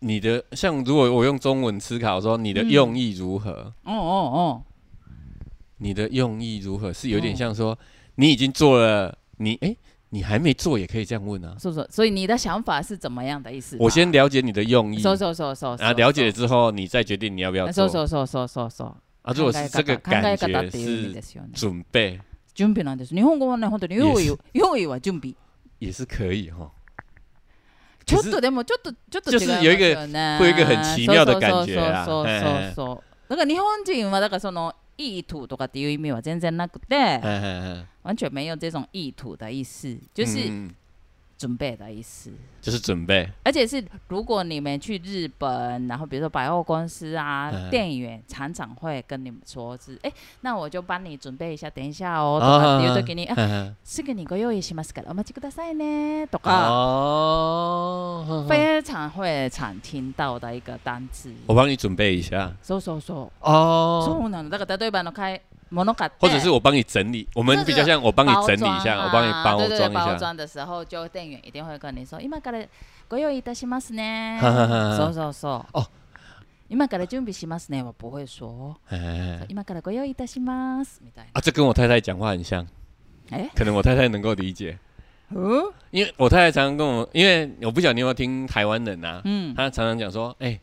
B: 你的，像如果我用中文思考说你的
A: 嗯
B: 用意如何，
A: 哦哦
B: 你的用意如何，是有点嗯
A: 哦
B: 像说、你已经做了，你哎、你还没做也可以这样问啊
A: 哦，。是不是？所以你的想法是怎么样的意思吧？
B: 我先了解你的用意，
A: 说说说说
B: 啊，了解了。之后你再决定你要不要
A: 说说
B: 做。
A: 说说说说。
B: 啊，如果是这个
A: 考え方
B: 感
A: 考え方
B: 觉
A: っていう意味
B: 是
A: ですよね。
B: 准备，
A: 準備なんです。日本語はね、本当に用意を用意は準備。
B: 也是可以哈。
A: ちょ
B: 可
A: っ
B: 是
A: とでもちょっとちょっと違
B: 就是有一个会有一个很奇妙的感觉啊
A: そうそうそうそうそう。だから日本人はだからそのいい意図とかっていう意味は全然なくて、
B: 嗯嗯嗯，
A: 完全没有这种意图的意思，就是
B: 嗯
A: 准备的意思。
B: 就是准备，
A: 而且是如果你们去日本，然后比如说百货公司啊，
B: 嗯
A: 店员常常会跟你们说是，哎、那我就帮你准备一下，等一下哦，と
B: 啊
A: かっていう時に、
B: 嗯
A: あ
B: 嗯
A: すぐにご用意しますからお待ちくださいねとか、
B: 啊哦，哼哼
A: 非常会常听到的一个单词。
B: 我帮你准备一下
A: そうそうそう。
B: 哦，
A: そうなの。だから例えばあの買い物買って、
B: 或者是我帮你整理，我们比较像我帮你整理一
A: 包装
B: 下，
A: 啊
B: 我帮你包
A: 对对对
B: 装
A: 包
B: 一下，
A: 装的时候，就店员一定会跟你说，今からご用意いたしますね。
B: 哈哈哈哈
A: そうそうそう。
B: 哦
A: 今から準備しますね。我不会说。
B: 哎哎哎
A: 今からご用意いたしますみたいな。
B: 啊，这跟我太太讲话很像，
A: 哎
B: 可能我太太能够理解，
A: 嗯
B: 因为我太太常常跟我，因为我不晓得你有没有听台湾人啊，
A: 嗯
B: 她常常讲说，哎、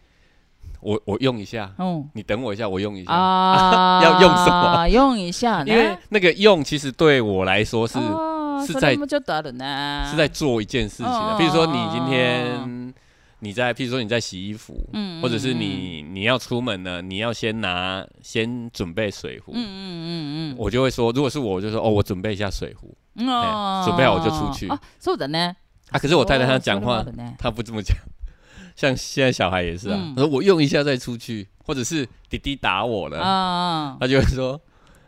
B: 我我用一下，
A: 嗯
B: 你等我一下，我用一下，
A: 啊
B: 要用什么？
A: 用一下呢？
B: 因为哦那个用其实对我来说是、
A: 哦
B: 是
A: そ
B: 在
A: れもちょっとあるね。
B: 是在做一件事情
A: 哦
B: 的，
A: 哦
B: 譬如说你今天你在，譬如说你在洗衣服，
A: 嗯，嗯
B: 或者是你你要出门了，你要先拿先准备水壶。
A: 嗯嗯嗯嗯
B: 我就会说，如果是我，我就说哦，我准备一下水壶
A: 嗯，哦
B: 哎准备好我就出去
A: 啊，そうだね。
B: 啊。可是我太太她讲
A: 哦
B: 话
A: それ，もあるね
B: 他不这么讲，像现在小孩也是啊，
A: 嗯
B: 他说我用一下再出去，或者是弟弟打我了，
A: 啊
B: 他就会说，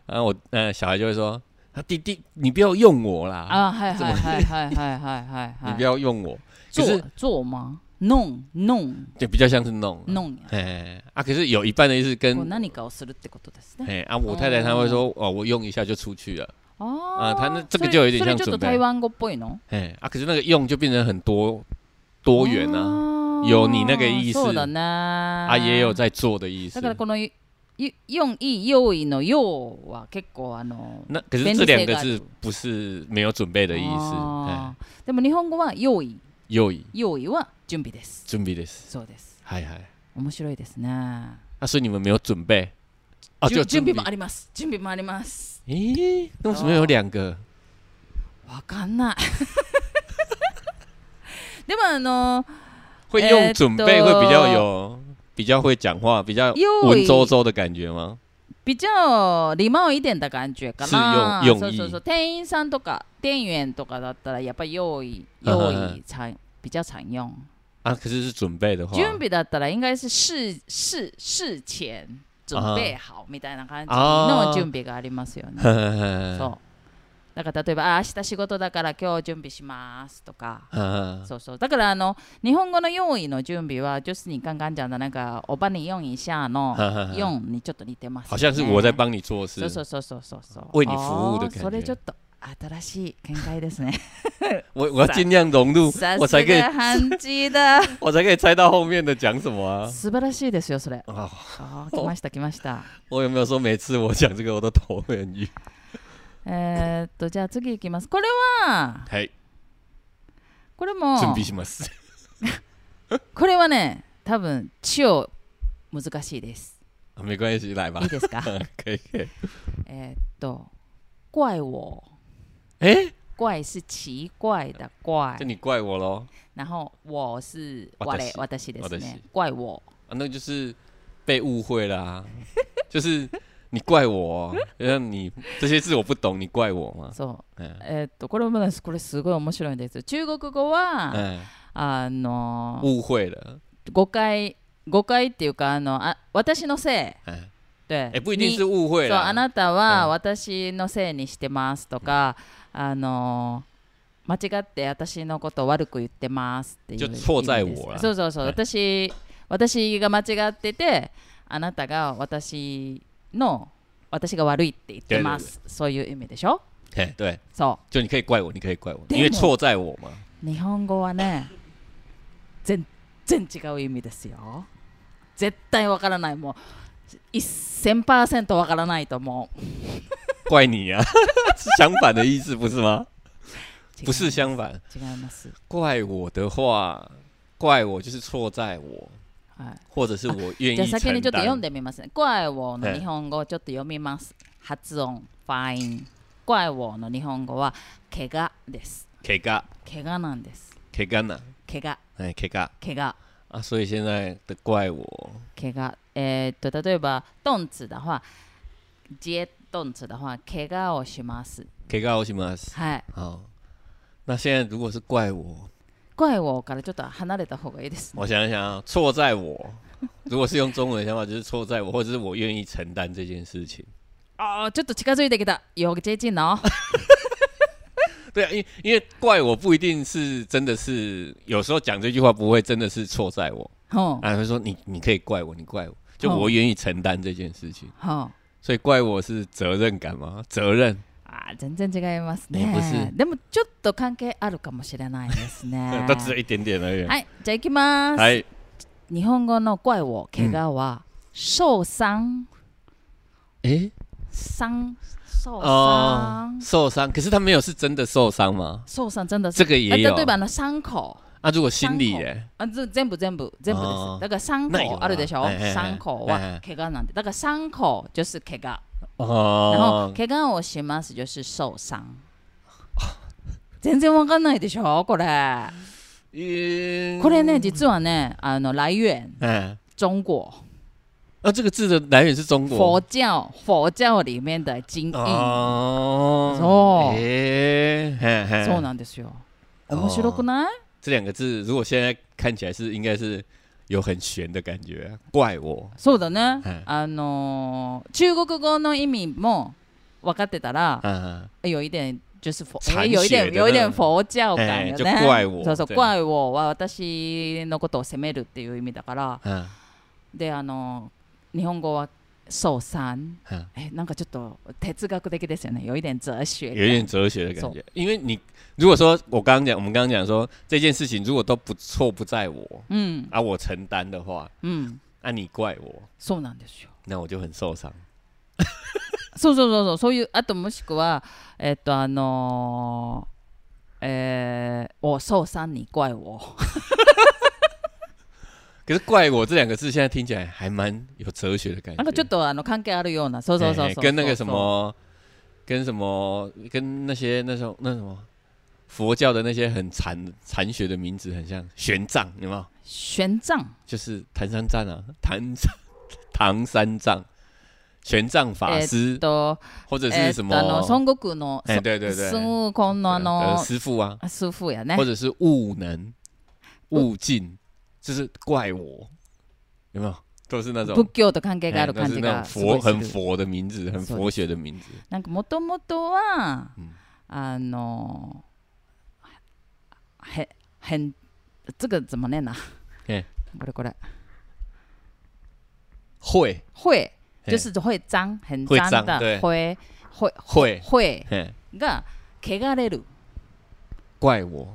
B: 啊我呃小孩就会说，他弟弟你不要用我啦，
A: 啊，嗨
B: 怎么
A: 嗨嗨嗨嗨嗨嗨
B: 你
A: 嗨
B: 不，要用我，可
A: 做
B: 是
A: 做吗？弄弄
B: 就比较像是弄啊，
A: 弄呀，
B: 哎、啊，可是有一半的意思
A: こう
B: 跟
A: 何かをするってことですね。
B: 哎、啊，我太太她会说哦，我用一下就出去了，
A: 哦
B: 啊他那这个
A: 所以
B: 就有点
A: 所以
B: 像
A: ちょっと
B: 准备
A: 台湾語っぽいの。
B: 哎、啊，可是那个用就变成很多多元啊，有你那个意思
A: そうだね。あ
B: 啊也有在做的意思
A: だか。らこのい用意用意の用は結構あの
B: 那可是
A: 便利
B: 这两
A: 性
B: 个
A: がある
B: 字不是没有准备的意思，哎
A: あ、ーでも日本語は用意
B: 用意
A: 用意は準備です。
B: 准备です。
A: そうです。
B: 嗨嗨，
A: 面白いですね。
B: 那、所以你们没有准备啊？
A: じゅ
B: 就
A: 準備もあります。準備もあります。
B: 咦，那为什么有两个？
A: わかんない。 でもあの
B: 会
A: 呃
B: 用准备
A: 都
B: 会比较有，比较会讲话，比较
A: 用
B: 文
A: 意
B: 绉绉的感觉吗？
A: 比较礼貌一点的感觉かな。
B: 是用用
A: そうそう
B: 意
A: そう。店員さんとか店員とかだったらやっぱ用意
B: 嗯
A: 用
B: 嗯
A: 意常比较常用。
B: 啊，可是是准备的话，
A: 準 備だったら应该是事事事前準備好みたいな感じ
B: あ
A: の
B: ー
A: 準備がありますよね。
B: そう
A: そう。だから例えばあ明日仕事だから今日準備しますとか。
B: 嗯
A: そうそう。だからあの日本語の用意の準備は、就是你刚刚讲的那个おばに用意下の
B: 嗯嗯
A: 用にちょっと似てます、ね。
B: 好像是我在。帮你做事
A: そう，そうそうそうそうそう。
B: 为你服务的感觉
A: おーそれちょっと新しい見解です ね。
B: 我我要尽量融入
A: さ，
B: 我
A: す
B: 才可以
A: がハンジーだ。
B: 我才可以猜到后面的讲什么啊。
A: 素晴らしいですよそれ。
B: 啊，
A: あー来ました来ました。
B: 我有没有说每次我讲这个我都头会很晕？
A: えー、っとじゃあ次いきます。これは
B: 嘿，
A: これも
B: 準備します。
A: これはね多分超難しいです。
B: 啊 没关系，来 吧
A: いい。ですか？
B: 可以可以。
A: えーっと怪我
B: 哎，
A: 怪是奇怪的怪
B: 就，你怪我喽
A: 然后我是我嘞，我的是的是
B: 私
A: 怪我。
B: 啊，那就是被误会啦、就是你怪我、哦让你这些字我不懂，你怪我嘛？
A: そう
B: 嗯
A: えーっとこれもねこれすごい面白いんですよ中国語は、
B: 嗯，
A: あの
B: 误会了，
A: 誤解誤解っていうかあのあ私のせい
B: 嗯，
A: 对、
B: 哎，不一定
A: 你啊
B: 是误会
A: そうあ
B: 啦，
A: なたは
B: うん
A: 私のせいにしてますとか、あの間違って私のことを悪く言ってますっていう
B: ちょっとそう在
A: 意味です
B: 我は
A: そうそうそう、
B: はい
A: 私私が間違っててあなたが私の私が悪いって言ってますそういう意味でしょ
B: 嘿，对，
A: そ
B: 就你可以怪我，你可以怪我，
A: 对
B: 因为
A: 我
B: 错在我嘛。
A: う日本語はね全然違う意味ですよ絶対わからないもう1000%わからないと思う
B: 怪你 啊，是相反的意思不是吗？
A: 違い
B: 不是相反，
A: 違います
B: 怪我的话，怪我就是错在我，
A: はい
B: 或者是我愿
A: じゃあ
B: 意
A: 先にちょ
B: 承
A: っと読ん
B: 担。
A: でみますね。怪我の日本語をちょっと読みます。発音、ファイン。怪我の日本語は怪我です。
B: K 嘎
A: 怪我なんです。
B: K 干呐，
A: 怪我、
B: 哎 K 嘎
A: 怪我、
B: 啊，所以现在的怪我，
A: 怪我。えーっと、例えば、動詞だは、ジェ動詞だは、怪我をします。
B: K 嘎我什么？
A: はい。
B: 好，那现在如果是怪我，
A: 怪我からちょっと離れた方がいいですね。
B: 我想一想啊，错在我。如果是用中文的想法，就是错在我，或者是我愿意承担这件事情。
A: ああ、ちょっと近づいてきた。よく接近の。
B: 对啊，因因为怪我不一定是真的是，有时候讲这句话不会真的是错在我，
A: ほう
B: 啊，他说你你可以怪我，你怪我，就我愿意承担这件事情，
A: ほう
B: 所以怪我是责任感吗？责任，
A: あー全然違います
B: ね不是。
A: ね。でもちょっと関係あるかもしれないですね
B: 但只有一点点而已。
A: はい、じゃあ行きます。
B: 哎，
A: 日本語の怪我、怪我は、受傷、
B: 哎，
A: 傷、受
B: 哦
A: 傷、、
B: 受伤，可是他没有是真的受伤吗？
A: 受傷、真的
B: 这
A: 是。
B: 个
A: あ
B: 也有
A: 例えばあの傷口
B: 啊。如果心理耶，
A: あず全部全部全部で
B: あー
A: す。だから傷
B: ないよ
A: 口
B: な
A: あるでしょ
B: はいはいはい
A: 傷口
B: はいは
A: はい怪我なんで。だから傷口就是怪我。然
B: 哦
A: 后，怪我をします就是受傷。全然わかんないでしょこれ。
B: 嗯
A: これね、実はね、あの来源、
B: 哎，
A: 中国
B: 那这个字的来源是中
A: 佛
B: 国
A: 教佛教里面的经义。
B: 哦
A: 哦
B: 哎，嘿嘿
A: そうなんですよ。
B: あー
A: 面白くない
B: 这两个字，如果现在看起来是应该是有很悬的感觉，啊怪我，
A: そうだね
B: はい。
A: あのー中国語の意味も分かってたら、
B: 嗯，
A: 有一点就是佛，
B: 残
A: え有
B: 雪
A: 一
B: 的
A: 点
B: ね
A: 有一点佛教感よ
B: ええちょ
A: ね。
B: 怪我
A: そうそう
B: って
A: 怪我は私のことを責めるっていう意味だから。
B: 嗯
A: であのー日本語はそうさん。
B: 嗯，
A: えなんかちょっと哲学的ですよね。有一点哲学感。
B: 有一点哲学的感觉。因为你如果说我刚刚讲，我们刚刚讲说这件事情如果都不错不在我，
A: うん
B: 啊我承担的话，
A: うん
B: 啊你怪我，
A: そうなんですよ。
B: 那我就很受伤。
A: そうそうそうそうそういうあともしくはえっとあのー、えー、我受傷你怪我
B: 可是怪我这两个字现在听起来还蛮有哲学的感觉
A: なん。かちょっとあの関係あるようなそうそうそう
B: 哎
A: そう
B: 跟那个什么，跟什么，跟那些那时候那什么佛教的那些很残残学的名字很像，玄奘有没有？
A: 玄奘
B: 就是唐三藏啊，唐三 唐三藏，玄奘法师，
A: と
B: 或者
A: え
B: 是
A: っと
B: 什
A: あの
B: 么？
A: 孫悟空の
B: 哎、对对对，
A: 孫悟空のあ
B: 呃
A: の
B: 师傅啊，
A: 師傅や
B: 或
A: ね
B: 者是悟能、悟净，就是怪我，有没有？都是那种
A: 仏教と関係があ
B: 哎
A: る
B: 都
A: 感
B: 是
A: じ
B: 那
A: が
B: 种
A: すごい
B: 佛
A: す
B: 很
A: る
B: 佛的名字，很
A: そうです
B: 佛学的名字。
A: なんかもともとは
B: 嗯，
A: あのへへん这个怎么念呢
B: え
A: これこれ
B: 会
A: 会
B: 嘿
A: 就是会脏，很
B: 会
A: 脏
B: 脏对
A: 的会会
B: 会，
A: 会
B: 嘿，
A: が汚れる。
B: 怪我，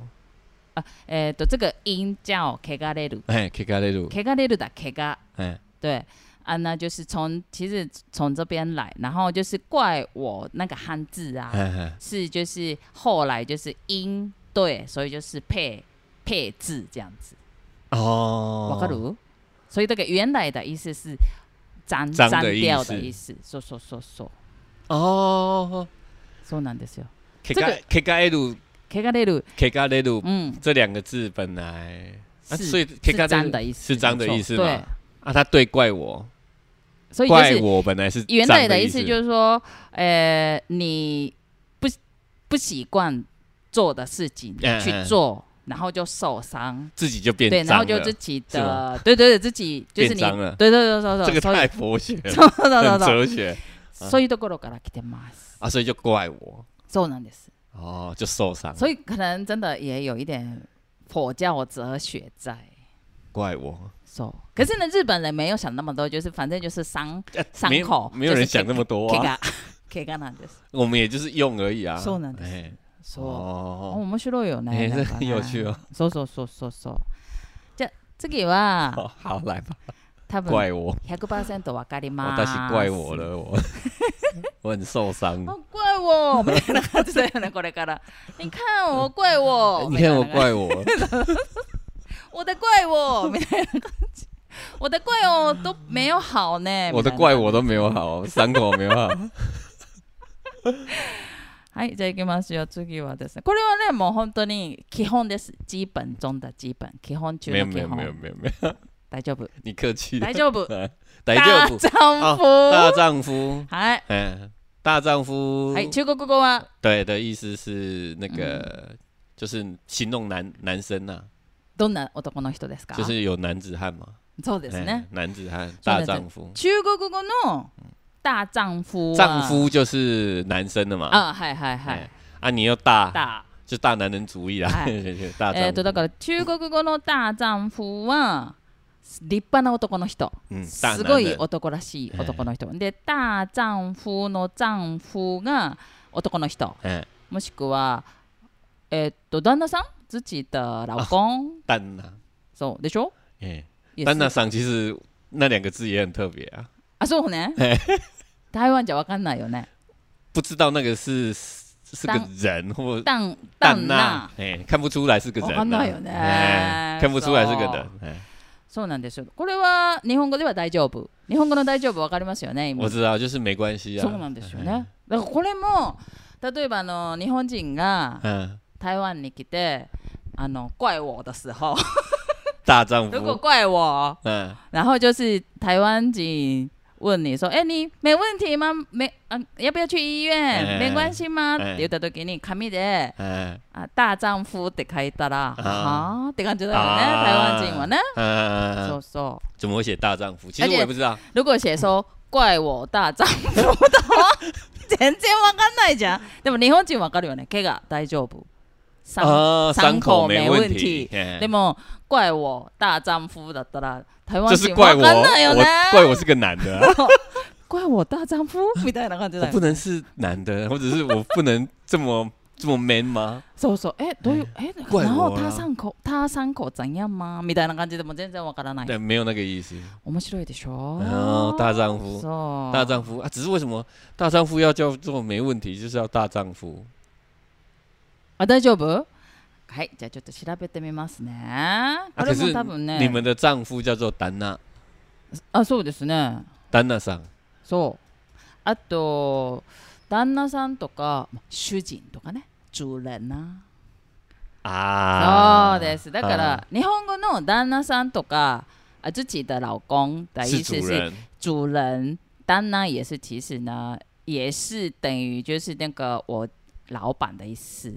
A: えっと这个音叫汚れる，
B: 哎，K K 类路，
A: 汚れる的汚
B: 哎，
A: 对啊，那就是从其实从这边来，然后就是怪我那个汉字啊，
B: 哎哎，
A: 是就是后来就是音对，所以就是配配字这样子，
B: 哦
A: わかる？所以这个原来的意思是脏
B: 脏
A: 脏
B: 的意
A: 掉
B: 思
A: 的意思，そうそうそうそう
B: 哦，
A: そうなんですよ。
B: k
A: 这
B: a
A: 个
B: k a l
A: k a r e
B: k a l
A: 嗯，
B: 这两个字本来，啊、
A: 是
B: 所以 k
A: 是
B: a
A: 脏的意思，
B: 是脏的
A: 没错
B: 意思
A: 对
B: 嘛，？啊，他对怪我，
A: 所以就
B: 怪
A: 是
B: 我本来是
A: 原
B: 脏
A: 来的
B: 意
A: 意思就是说，呃，你不不习惯做的事情
B: 嗯
A: 去做，然后就受伤，
B: 自己就变
A: 对，然
B: 脏
A: 后
B: 了，
A: 就自己
B: 是吗
A: 的，对对对，自己就是
B: 变
A: 你，
B: 脏了
A: 对对对对对，
B: 这个
A: 所以
B: 太佛学 了，
A: そうそうそうそう。
B: 很哲学
A: そういうところから来てます。
B: 啊，所以就怪我
A: そうなんです。
B: 哦，就受伤了，
A: 所以可能真的也有一点佛教哲学在。
B: 怪我，
A: So，可是呢，日本人没有想那么多，就是反正就是伤
B: 啊
A: 伤
B: 没有
A: 口
B: 没有人
A: 就是
B: 想那么多
A: 怪
B: 啊，
A: 我怪我なんです。
B: 我们也就是用而已啊，
A: そうなんです
B: 哎
A: そう。
B: 哦，
A: 面白いよね。
B: 哎，
A: なん
B: 这
A: かね
B: 很有趣哦，
A: そうそうそうそうそう。じゃあ次は
B: 好好来吧，
A: 多分
B: 怪我，
A: 100%わかります。
B: 我但是怪我 了，我我很受伤。
A: あ。怪我みたいな感じだよ ねこれから。你看我怪我。
B: 你看我
A: みたいな感じ
B: 怪我，
A: 我的怪我みたいな感じ。我的怪我都没有好呢。
B: 我的
A: みたい
B: 怪我都没有好，伤口没有好。
A: な。はい、じゃあ行きますよ。次はですね。これはね、もう本当に基本です。基本中的基本。基本中
B: 没有
A: の
B: 没
A: 基
B: 有没有
A: 本。
B: 没有没有，
A: 大丈夫。
B: 你客气了
A: 大。丈夫。
B: 大
A: 大
B: 丈
A: 丈
B: 夫，
A: 夫。
B: 大丈夫，
A: はい。
B: 嗯，大丈夫
A: は，い、中国語は
B: 对的意思是那
A: 嗯
B: 个就是形容男男生呐，
A: どんな男の人ですか
B: 就是有男子汉嘛，
A: そうですね
B: 哎。男子汉，
A: 对
B: 大
A: 对对
B: 丈夫，
A: 中国語の大丈夫は。
B: 丈夫就是男生的嘛，
A: あ、はいはいはい
B: 哎。啊，你又大，
A: 哦大。
B: 就大男人主义啦
A: 哎，
B: 大
A: えっと、
B: 丈夫
A: だから中国語の大丈夫は立派な男の人。
B: 嗯，大
A: すご
B: 男
A: い
B: 人，
A: 男らしい男の人。で、大丈夫の丈夫が男の人。
B: 哎，
A: もしくは、えっと、旦那さん自己的老公。
B: 蛋呐，
A: そうでしょ
B: 哎，
A: 也
B: 蛋
A: 是
B: 呐上其实那两个字也很特别啊，
A: あ、そうね。 台湾じゃわかんないよね。
B: 不知道那个是是是个
A: 当
B: 人或
A: 旦
B: 蛋
A: 旦
B: 呐
A: 那，。
B: 哎，看不出来是个人、
A: わかん
B: 呐，
A: ないよね
B: 哎看不出来是个人
A: そ。
B: 哎
A: そうなんですよ。これは日本語では大丈夫。日本語の大丈夫わかりますよね、今
B: 我知道，就是没关系啊。
A: そうなんですよ
B: 哎。
A: ね。だからこれも例えばあの日本人が
B: 嗯，
A: 台湾に来てあの怪我的时候，
B: 大丈
A: 如果
B: 夫。
A: 怪我，
B: 嗯，
A: 然后就是台湾人问你说：“哎、你没问题吗？没啊，要不要去医院？
B: 哎
A: 没关系吗？”
B: 哎
A: って言った時に紙で
B: 哎，
A: あ大丈夫って書いたら、
B: あー
A: はあって感じだよね。
B: あー
A: 台湾人はね。そ
B: 嗯，
A: うそう。
B: 怎么会写大丈夫？其实
A: 而
B: 我
A: 且
B: 也不知道。
A: 如果写说怪我大丈夫的话， 全然わかんないじゃん。でも日本人わかるよね。怪我大丈夫。伤
B: 啊，
A: 伤
B: 伤
A: 口
B: 口
A: 没
B: 没
A: 问
B: 问
A: 题
B: 题。。哎
A: でも怪我大丈夫だったら台湾
B: 这
A: 人
B: 是
A: わ
B: 怪
A: かん
B: 我，
A: ないよ
B: 我
A: ね。
B: 怪我是个男的啊，
A: 怪我大丈夫みたいな感じ
B: 我
A: だよ
B: 不
A: ね。
B: 能是男的，或者是我不能这么这么 man 吗？
A: そうそう。えどういうえ
B: 我
A: 然后他
B: な
A: 伤口他伤口怎样吗？みたいな感じでも全然わからない。
B: 对，没有那个意思。
A: 面白いでしょ。
B: 哦，大丈夫。
A: そう。
B: 大丈夫啊，只是为什么大丈夫要叫做没问题，就是要大丈夫。
A: あ大丈夫？はい、じゃあちょっと調べてみますね。これ
B: 啊可
A: も
B: 是
A: 多分ね。
B: 你们的丈夫叫做丹娜，
A: あそうですね
B: 丹娜桑，
A: そうあと旦那さんとかまあ主人とかね主人なそ
B: 啊
A: うですだから日本語の旦那さんとか啊自己的老公的意思
B: 是主
A: 是
B: 人
A: 主人，旦那也是其实呢也是等于就是那个我老板的意思。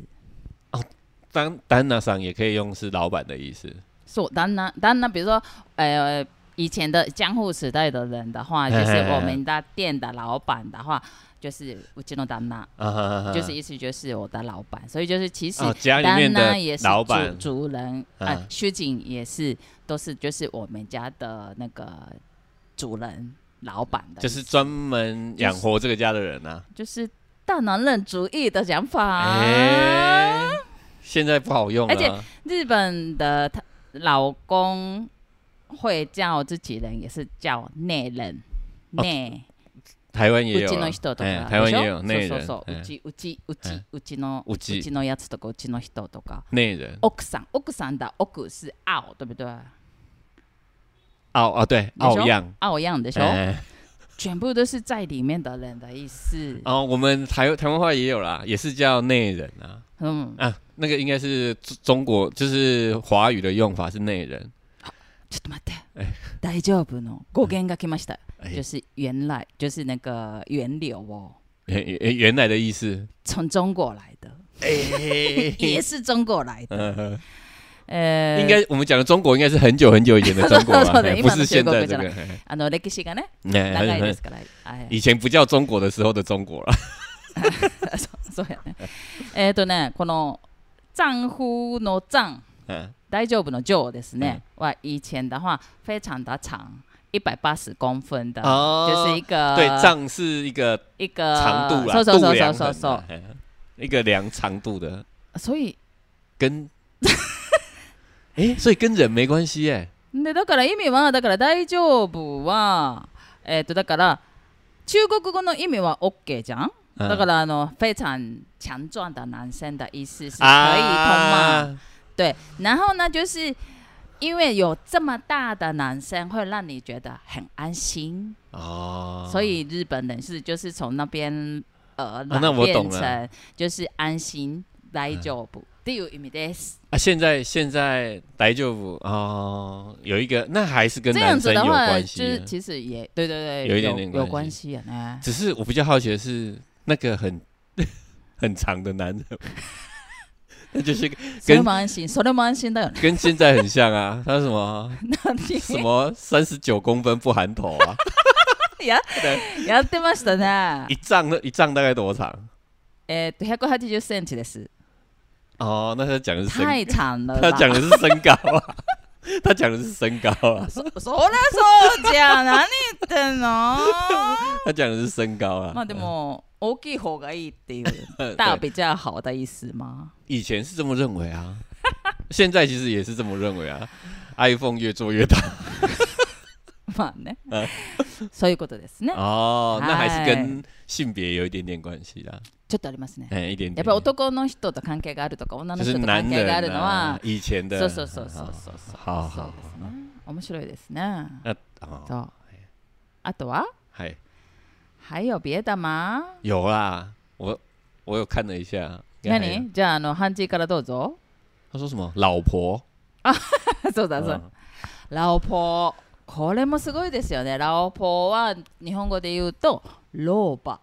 B: 丹丹娜桑也可以用是老板的意思，
A: そう旦那旦那，比如说呃以前的江户时代的人的话，就是
B: 嘿嘿嘿
A: 我们的店的老板的话，就是うちの旦那。
B: 啊，
A: 就是意思就是我的老板，所以就是其实
B: 哦家里
A: 丹
B: 面
A: 娜
B: 的
A: 也是
B: 老
A: 主
B: 板
A: 主人，啊
B: 嗯，
A: 徐景也是都是就是我们家的那个主人老板的意
B: 就
A: 思，
B: 是专门养活这个家的人啊。
A: 就是大男人主义的想法。
B: 哎，现在不好用
A: 啊
B: 啊
A: 而且
B: 了，
A: 日本的他老公会叫自己人，也是叫内人。
B: 哦
A: 内
B: 台湾也
A: う
B: 有
A: ちの
B: 啊
A: 人，と
B: 哎
A: か、
B: 台湾也有
A: で
B: 内
A: しょそう
B: 人
A: そうそう、
B: 哎
A: うちうちう
B: う
A: ちうち
B: ん
A: の
B: うち
A: うちのやつとかうちの人とか。
B: 内人，
A: 奥さん奥さんだ奥是傲对不对？
B: 奥啊对，
A: 你说
B: 奥样，
A: 傲样的时候，
B: 哎，
A: 全部都是在里面的人的意思。
B: 哦，我们台台湾话也有啦，也是叫内人啊
A: 嗯，
B: 啊，那个应该是中中国就是华语的用法是内人，
A: ちょっと待って
B: 哎。
A: 大丈夫の語源が来ました。
B: 哎、
A: 就是原来就是那个源流哦，
B: 原原原来的意思。
A: 从中国来的，
B: 哎、
A: 也是中国来的。
B: 嗯哼
A: 呃、
B: 应该我们讲的中国应该是很久很久以前的中国
A: そう
B: 了，
A: だね
B: 哎不是现在这
A: 今の
B: 个。哎
A: あの歴史がね
B: 哎
A: 長い
B: 很
A: で
B: 很
A: すから。はい
B: 以前不叫中国的时候的中国了。
A: そうそうやね。えっ、とね、この丈夫の丈
B: 嗯，
A: 大丈夫の丈ですね。は以前的话非常的长，一百八十公分的，
B: 哦
A: 就是一个呃
B: 对，丈是一个
A: 一个
B: 长度啦，
A: そうそうそ
B: 度
A: うそ
B: 量
A: うそう
B: 衡
A: そう
B: 啊。哎一个量长度的，
A: 所以
B: 跟， 哎，所以跟人没关系哎。
A: でだから意味はだから大丈夫はえっ、とだから中国語の意味は OK じゃん。
B: 嗯
A: だからあの非常强壮的男生的意思是可以通吗？
B: 啊，
A: 对，然后呢，就是因为有这么大的男生，会让你觉得很安心，
B: 哦，
A: 所以日本人是就是从那边呃，
B: 啊那我懂
A: 变成
B: 了
A: 就是安心大丈夫っていう意味です。
B: 啊，现在现在来就哦，有一个那还是跟
A: 这样
B: 男
A: 子
B: 生有
A: 的话，
B: 关
A: 就
B: 系啊
A: 是
B: 的，
A: 其实也对对对，
B: 有一点点
A: 有
B: 关
A: 关系啊呢。
B: 只是我比较好奇的是那个很 很长的男人， 那就是
A: それも安心，それも安心だよね。
B: 跟现在很像啊，他什么 什
A: 何
B: 么三十九公分不含头 啊，
A: ややってましたね
B: 一。丈一丈大概多长？
A: えっと百八十センチです。
B: 哦，那他讲的是身，
A: 太长了
B: 他
A: 吧？
B: 讲的是身高啊， 他讲的是身高啊，
A: そそりゃそうじゃん何言ってん の
B: 他讲的是身高啊。呃
A: まあでも大きい方がいいっていう
B: 对
A: 大比较好的意思 吗？
B: 以前是这么认为啊， 现在其实也是这么认为啊。iPhone 越做越大
A: まあね
B: うん
A: そういうことですね
B: 哦， 那还是
A: 嗨
B: 跟性别有一点点关系啦，
A: ちょっとありますね
B: 哎、一点点。
A: やっぱり男の人と関係があるとか女の
B: 就
A: 人
B: 是
A: と
B: 男
A: 関係
B: 人
A: があるのは，
B: 啊以前的，
A: そうそうそうそうそうそう
B: 好好
A: そうで
B: 好
A: すね面白いですね
B: 那哦，
A: そうあとは
B: 还
A: 还有别的吗
B: 有啦，我我有看了一下，应该还有
A: 何じゃああのハンジからどうぞ
B: 他说什么老婆，
A: そうだそう
B: 嗯
A: ラオポーこれもすごいですよねラオポーは日本語で言うと老婆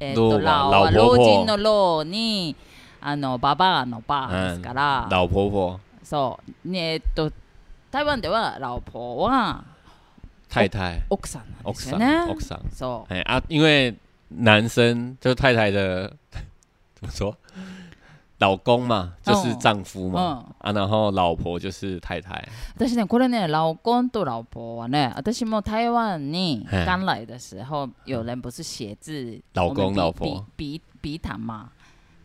A: えっ、
B: 老
A: と
B: 婆
A: ラオは
B: 老
A: 老
B: 婆婆
A: 人の老にあのババアのバーですから、
B: 啊嗯老哦婆婆
A: そうねえっ、と台湾ではラオポーは
B: 太太，
A: 奥さんなん
B: 奥
A: ですよ
B: 桑
A: ね
B: 奥桑，
A: そ
B: 哎啊，因为男生就是太太的 怎么说，老公嘛就是
A: 嗯
B: 丈夫
A: う、う
B: 嘛、
A: ん、
B: 啊，然后老婆就是太太，
A: 私ねこれねラオコンとラオポーはね私も台湾に
B: はい
A: 刚来的时候有人不是写字
B: 老
A: 我们
B: 公
A: 比
B: 老婆
A: 比比比谈嘛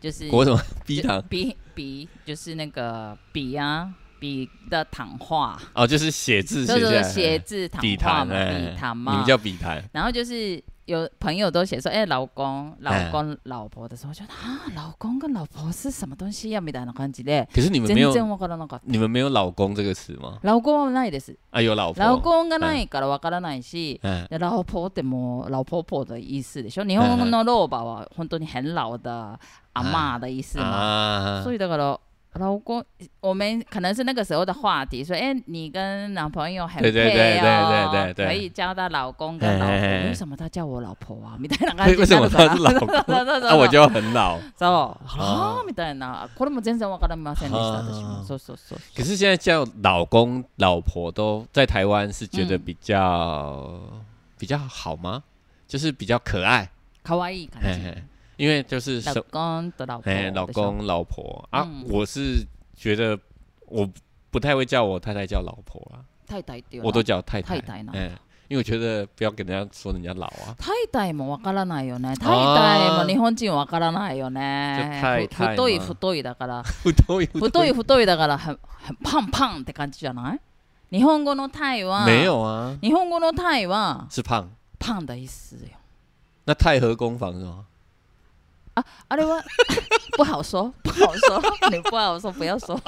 A: 就是
B: 国什么逼
A: 就
B: 糖
A: 笔笔就是那个笔啊，笔的糖化，
B: 哦，就是写字
A: 就
B: 写下
A: 是
B: 来，
A: 写字糖
B: 笔
A: 化
B: 谈
A: 嘛，
B: 哎，
A: 笔糖
B: 你
A: 嘛
B: 们。叫笔谈，
A: 然后就是有朋友都写说，哎、老公、老公、老婆的时候，我觉得啊，老公跟老婆是什么东西呀、みたいな感じで、
B: 可是你们
A: 全
B: 没
A: 然
B: 有
A: わからなかった。
B: 你们没有老公这个词吗？
A: 老公はないです。
B: 啊，有老婆，
A: 老公がないからわからないし。
B: 嗯，
A: で老婆ってもう老婆婆的意思でしょ日本語の老婆は本当に很老的阿妈的意思嘛。
B: 啊
A: 所以だから老公，我们可能是那个时候的话题，说，哎、你跟男朋友很配哦，
B: 对对对对对对对
A: 可以叫他老公跟老婆，
B: 哎哎哎
A: 为什么他叫我老婆啊？みたいな感
B: 为
A: じ
B: 为
A: にな
B: 什
A: るか
B: 么他
A: ら
B: 是老公？ 啊
A: そうそうそう
B: 那我就很老。
A: そう
B: あ
A: はあみたいな、これも全然わからませんでした、
B: あー
A: 私も。そうそうそうそ
B: 可
A: う。
B: 是现在叫老公、老婆都在台湾是觉得
A: 嗯
B: 比较、比较好吗？就是比较可爱，
A: 可愛い感
B: 嘿
A: じ。
B: 嘿因为就是
A: 老
B: 手
A: 公と老婆
B: 哎，老
A: でしょ。
B: 公、老婆啊，
A: 嗯
B: 我是觉得我不太会叫我太太叫老婆啊，
A: 太太っていうの
B: 我
A: は
B: 都叫太
A: 太
B: 太，
A: 太なんだ
B: 哎，因为我觉得不要给人家说人家老啊，
A: 太太もわからないよね。太太
B: あ
A: も
B: ー
A: 日本人わからないよ
B: 就
A: ね。ふ
B: 太太
A: 太い
B: 嘛
A: 太いだから。
B: 不都有
A: 太い太いだから很很パンパンって感じじゃない日本語のタイは
B: 没有啊，
A: 日本語のタイは
B: 是胖。
A: パン的意思よ
B: 那太和工坊是吗？
A: あれは 不好说不好说你不好说不要说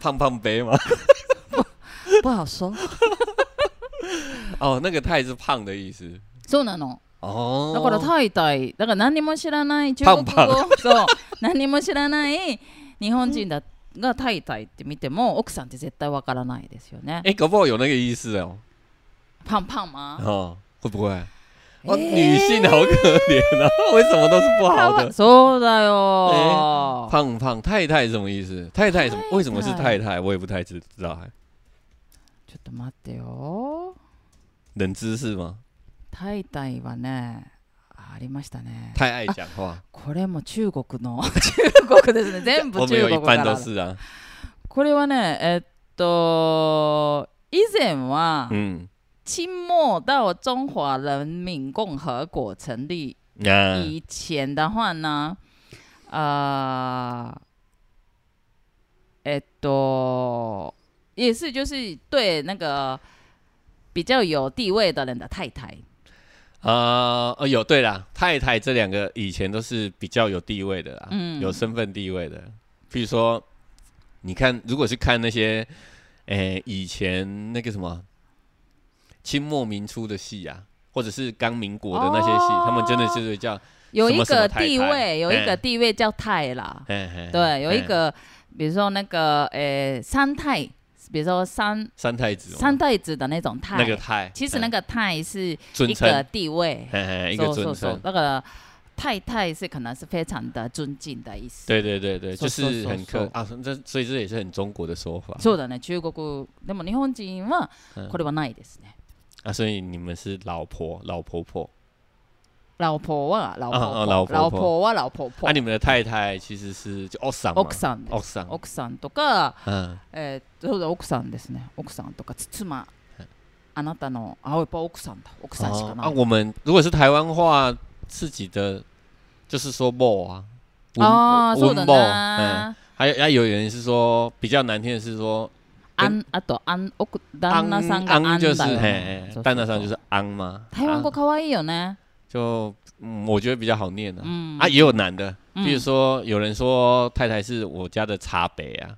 B: 胖胖杯吗？
A: 不好说
B: 哦，那个太是胖的意思
A: そうなの。
B: 哦。
A: だからタイタイ、だから何にも知らない中
B: パン
A: 国語、
B: パン
A: そう、何にも知らない日本人だがタイタイって見ても奥さんって絶対わからないですよね。
B: 哎、搞不好有那个意思哦，
A: パンパン吗？
B: 哦，会不会？
A: え
B: 哦，
A: ー
B: 女性好可怜啊， 为什么都是不好的？
A: そうだ
B: え
A: よ。
B: 胖胖太太是什么意思？太太什么？为什么是太太？我也不太知知道，哎
A: ちょっと待ってよ。
B: 冷知识吗？
A: タイタイはね、ありましたね。
B: 太爱讲 话，
A: これも中国の 中国ですね。全部
B: 我们
A: 中
B: 哦有一
A: 国か
B: 半
A: ら
B: 都
A: だ。
B: 是啊。
A: これはね、えっと以前は。
B: 嗯，
A: 清末到中华人民共和国成立
B: 那
A: 以前的话呢，呃，えっと，也是就是对那个比较有地位的人的太太，
B: 啊哦有对啦，太太这两个以前都是比较有地位的啦，
A: 嗯
B: 有身份地位的。譬如说，你看，如果是看那些，诶、以前那个什么清末民初的戏啊，或者是刚民国的那些戏，
A: 哦
B: 他们真的是叫，
A: 有一
B: 什么
A: 个
B: 太太
A: 地位，有一个
B: 嗯
A: 地位叫太啦，
B: 嘿嘿
A: 对，有一
B: 嘿
A: 个，比如说那个呃三太，比如说三
B: 三太子嘛，
A: 三太子的那种太，
B: 那个太，
A: 其实
B: 嗯
A: 那个太是
B: 尊
A: 一
B: 称，
A: 个地位。
B: 嘿嘿一个
A: 说
B: 尊
A: 说说
B: 称，，
A: 那个太太是可能是非常的尊敬的意思。
B: 对对对对，
A: 说
B: 就
A: 说
B: 是
A: 说
B: 很客
A: 说
B: 啊，这所以这也是很中国的说法
A: そうだね、中国でも日本人は
B: 嗯
A: これはないですね。
B: 啊，所以你们是老婆老婆婆。
A: 老婆は老婆
B: 啊啊
A: 婆、
B: 老婆婆
A: 老婆は老婆
B: 那、
A: 婆
B: 啊你们的太太其实是就奥桑嘛，
A: 奥さんです
B: 奥桑，
A: 奥さんとか、
B: 嗯，
A: えーそうだ奥さんですね。奥さんとか妻。あなたのあやっぱ奥さんだ。奥さんしか
B: 哦
A: な
B: 啊，
A: い。
B: 我们如果是台湾话，自己的就是说 “bo” 啊，温
A: あーそうだ
B: 温 bo，嗯，
A: ね。
B: 还有啊，有人是说比较难听的是说
A: あんあとあん奥旦那さんがあんだ
B: 昂
A: よ。
B: 就是嘿，
A: そうそうそう
B: 旦那上就是昂嘛，
A: 台湾語
B: 啊
A: 可愛いよね。
B: 就嗯，我觉得比较好念的啊
A: 嗯
B: 也有难的，比如
A: 嗯
B: 说有人说太太是我家的茶杯啊，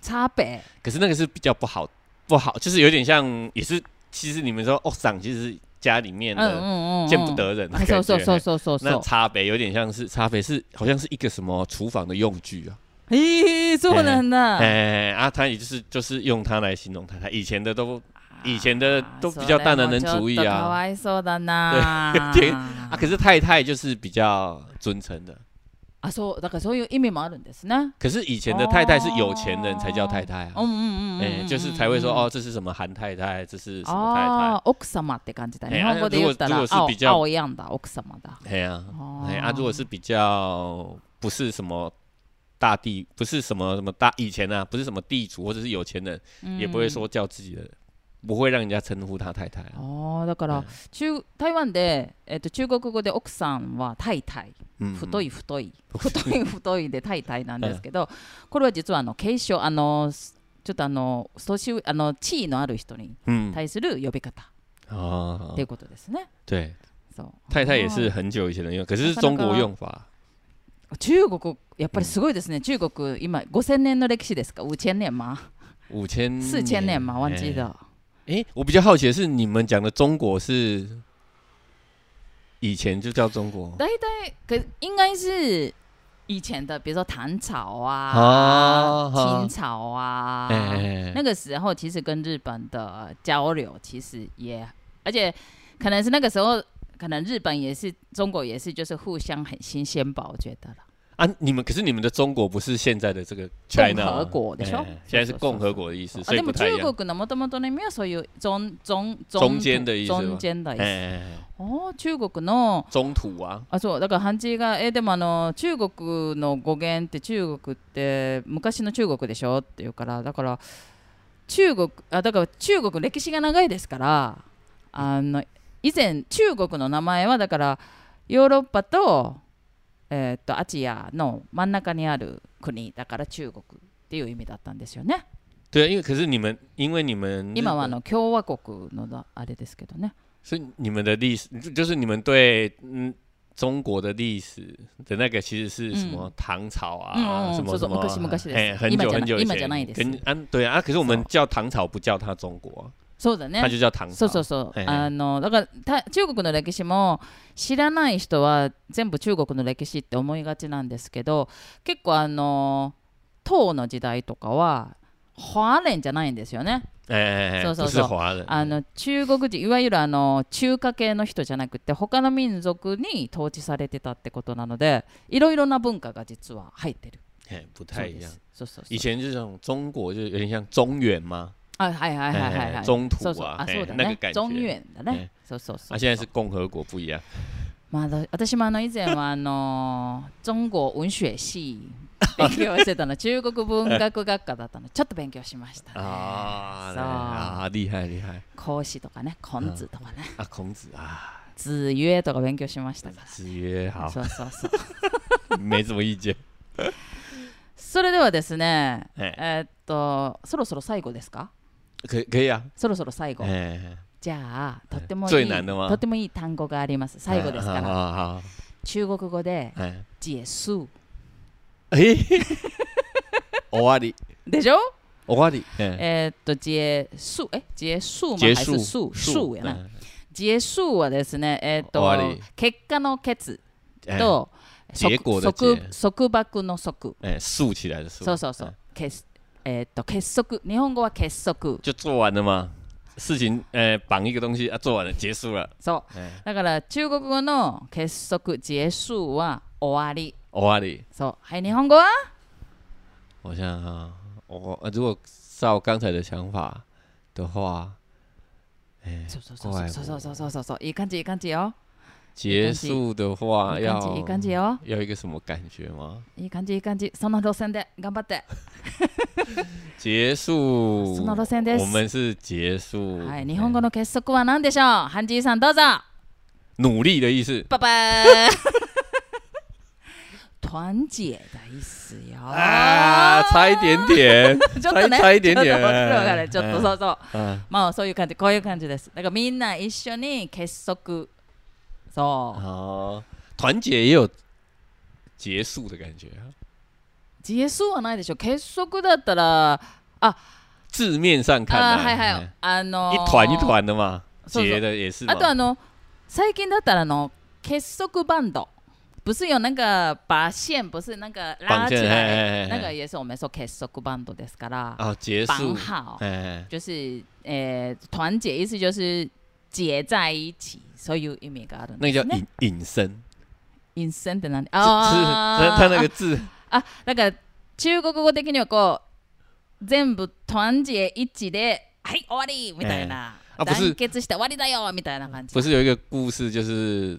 A: 茶杯。
B: 可是那个是比较不好，不好，就是有点像也是，其实你们说哦桑其实是家里面
A: 嗯嗯
B: 的。
A: 嗯嗯，
B: 见不得人的
A: あ
B: 感
A: そうそうそう
B: 觉。
A: そうそうそ
B: 那
A: う。
B: 茶杯有点像是茶杯是好像是一个什么厨房的用具啊，
A: ええそうなんだ。
B: 哎啊，它也就是就是用它来形容它，它以前的都啊以前的都比较大男人主义
A: それもちょっとか
B: 啊
A: わいそうだ な。
B: 对啊，可是太太就是比较尊称的，
A: あ、そうだからそういう意味もあるんですね。
B: 可是以前的太太是有钱人才叫太太
A: うん
B: 啊，
A: うんうんうんうん
B: 哎，
A: うん。
B: 就是才会
A: 嗯
B: 说哦，这是什么韩太太，这是什么
A: あ
B: 太啊
A: あ、奥様って感じだ。
B: ええ
A: 日本語で言った
B: あ
A: ら
B: 如果如果
A: 青
B: 是比较
A: 青やんだ奥様だ。
B: 太，哎呀，
A: 哦
B: 哎啊，如果是比较不是什么。大地不是什么什么大以前啊，不是什么地主或者是有钱人，
A: 嗯
B: 也不会说叫自己的，不会让人家称呼他太太、啊。
A: ああ、だか
B: う
A: ら
B: ん
A: 中台湾でえっと中国語で奥さんは太太。
B: 嗯
A: 太 い太い太い太いでタイタイなんですけど、これは実はあの継承あのすちょっとあの年上あの地位のある人に
B: 嗯
A: 対する呼び方
B: 哦
A: っていうことですね。
B: 对，
A: そう
B: 太太也是很久以前的用，可是是
A: 那
B: 中
A: 那个
B: 国用法。
A: 中国やっぱりすごいですね。中国今5000年の歴史ですか？5000年吗？
B: 五千
A: 4000年吗？忘记
B: 了。
A: 了。
B: 哎、诶我比较好奇的是，你们讲的中国是以前就叫中国
A: 大体可应该是以前的，比如说唐朝
B: 啊
A: 啊、
B: 哈
A: 清朝啊，
B: 哎哎哎
A: 那个时候其实跟日本的交流其实也，而且可能是那个时候，可能日本也是，中国也是，就是互相很新鲜吧，我觉得了。
B: 啊？你们可是你们的中国不是现在的这个 China
A: 共
B: 啊
A: 和国でしょ？
B: 诶现在是共和国的意思，
A: そうそうそう。
B: 所
A: あ
B: 以
A: 啊で
B: 不
A: も
B: 太一样
A: 中。国のもともとの意味はそういう中中
B: 中間的意思吧
A: 中間的意思。
B: 哎、诶诶
A: 哦，中国の
B: 中土啊，
A: あそうだから漢字がえでもあの中国の語源って中国って昔の中国でしょっていうからだから中国あだから中国歴史が長いですからあの以前中国の名前はだからヨーロッパと,、えーっとアジアの真ん中にある国だから中国っていう意味だったんですよね
B: 对，因为可是你们，因为你们日
A: 今はあ
B: 本
A: の共和国のだあれですけどね
B: 所以你们的历史，就就是你们对嗯中国的历史的那个，其实是什么唐朝啊，
A: 嗯嗯
B: 什么
A: 这
B: 什
A: 种
B: 么，
A: 昔昔です
B: 哎很
A: 今じ
B: 久
A: ゃない
B: 很久以
A: 今じゃない
B: 前，
A: です
B: 跟啊对啊，可是我们叫唐朝不叫它中国啊，
A: そうだね
B: 它就叫唐
A: そう
B: 朝。
A: そうそう、
B: はいはい
A: あのだからた中国の歴史も知らない人は全部中国の歴史って思いがちなんですけど結構あの唐の時代とかは華人じゃないんですよね
B: 哎哎哎，
A: そうそうそう
B: 不是华人，
A: あの中国人いわゆるあの中華系の人じゃなくて他の民族に統治されてたってことなのでいろいろな文化が実は入ってる
B: 哎，
A: そ
B: 不
A: う
B: 太一
A: で
B: 样。
A: すそうそうそう
B: 以前这种中国就有点像中原嘛，
A: あはいはいはいはい、は
B: 哎
A: い、
B: 中
A: そうそ
B: 土
A: う
B: 啊，
A: あ
B: 哎
A: そうだ
B: 那个
A: ね
B: 感
A: 中
B: 觉。
A: 原だね
B: え、
A: そうそうそう
B: 啊，现在是共和国不一样，
A: まあ、だ私もあの以前はあの中国文学 系勉強してたの中国文学学科だったのちょっと勉強しましたね
B: 啊
A: そう
B: 啊，厉害厉害
A: 孔子とかね孔子とかね
B: 啊，孔子啊，
A: 子曰とか勉強しましたか
B: 子曰
A: ら
B: 好，
A: そうそうそう
B: 没什么意见，
A: それではですね
B: 哎，
A: えーっとそろそろ最後ですか
B: 可以可以啊，
A: そろそろ最後
B: 哎，
A: じゃあとってもいい
B: 最難のは
A: とってもいい単語があります最後ですか
B: 哎好
A: ら
B: 好好，
A: 中国語で
B: 哎，
A: 「ジェス
B: 哎，終わり，”
A: でしょ
B: 終わり，哎，
A: えーっと「ジェス」え「ジェス」も
B: 结
A: 还
B: 束
A: 是「数」「数」やな
B: 哎
A: 结束はですね、えー、
B: 終わ
A: と
B: り
A: 結果の結
B: 哎
A: と、
B: 結構の
A: 束
B: 結
A: 束縛の束
B: 哎，竖起来的竖，
A: そうそうそう、
B: 哎
A: 結えー、と結束日本語は結束
B: 就做完了嘛，事情呃绑一个东西啊，做完了结束了，
A: そう
B: 哎，
A: だから中国語の結束結束は終わり
B: 終わり。
A: そうはい日本語は
B: 我想想看，我呃如果照刚才的想法的话，哎，
A: そうそうそうそうそうそうそうそうそういい感じいい感じよ
B: 结束的话
A: いい感
B: 要
A: じいい感じよ
B: 要一个什么感觉吗？
A: いい感じいい感じその路線で頑張って
B: 结束，
A: その路線です
B: 我们是结束，哎
A: はい日本語の結束は何でしょうハンジーさんどうぞ
B: 努力的意思。
A: 拜拜。 团结的意思よ。，
B: 啊，差一点点
A: ちょっとね、
B: 差差一点点
A: ちょっと分かるちょっとそうそう。
B: 啊
A: まあそういう感じ、こういう感じです。だからみんな一緒に結束。そ
B: 哦，团结也有结束的感觉啊，
A: う。GSO はないでしょ。結束だったら、
B: 字面上看
A: あ
B: 啊，
A: はいは
B: 哎
A: い。あの
B: 一团一。团的嘛，
A: そうそう
B: 结的也哦是嘛。啊
A: あとあの、最近だったらあの、結束バンド。不是有那个把线，不是那个拉
B: 绑
A: 起
B: 线
A: 来
B: 嘿嘿嘿嘿，
A: 那个也是我们说結束バンドですから。
B: 啊，结
A: 绑
B: 束，
A: 好。
B: 哎，
A: 就是呃团结，意思就是结在一起，所以有一米嘎的。
B: 那个哦叫隐隐身，
A: 隐身的那里
B: 是他他那个
A: あ
B: 字，
A: ああなんか中国語的にはこう全部团结一致ではい終わりみたいな、
B: ええあ不
A: 団
B: 是
A: 結して終わりだよみたいな感じ。
B: 不是有一个故事就是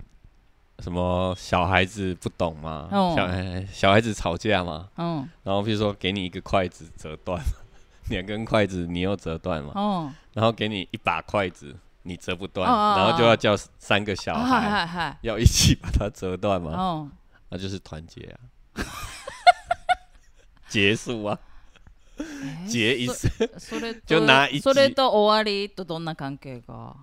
B: 什么小孩子不懂嘛，
A: 哦
B: 小孩小孩子吵架嘛，
A: 嗯
B: 然后比如说给你一个筷子折断， 两根筷子你又折断嘛，
A: 嗯，
B: 然后给你一把筷子你折不断，
A: 哦哦哦哦
B: 然后就要叫三个小
A: はいは
B: 孩
A: いはい。
B: 要一起把它折断嘛，
A: 嗯，
B: 那就是团结啊， 结束啊，
A: え
B: 结一身。
A: それと
B: 就拿一致
A: それと終わりとどんな関係が？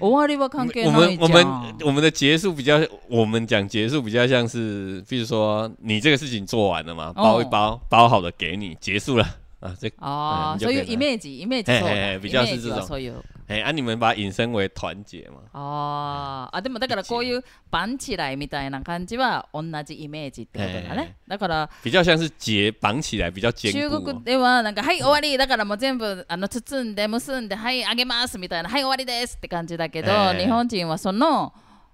A: 終わりは関係
B: 我
A: ないじゃ
B: 们
A: ん。
B: 我们我们的结束比较，我们讲结束比较像是，比如说你这个事情做完了嘛，包一包，包好了给你，结束了 啊，这
A: ああ、
B: うん
A: そういうイメージ、イメージそうだ。
B: へへへビジュアルするぞ
A: イメージはそういう。
B: 哎、啊，你们把它引申为团结嘛，
A: あーあ、でもだからこういうパンチライみたいな感じは同じイメージってことだ
B: へ
A: ね
B: へ。
A: だから
B: 比较像是结绑起来比较坚
A: 中
B: 固啊嘛、
A: 国ではなんか、はい、終わりだからもう全部あの包んで結んで、はい、あげますみたいな、はい、終わりですって感じだけど、
B: へへ
A: 日本人はその、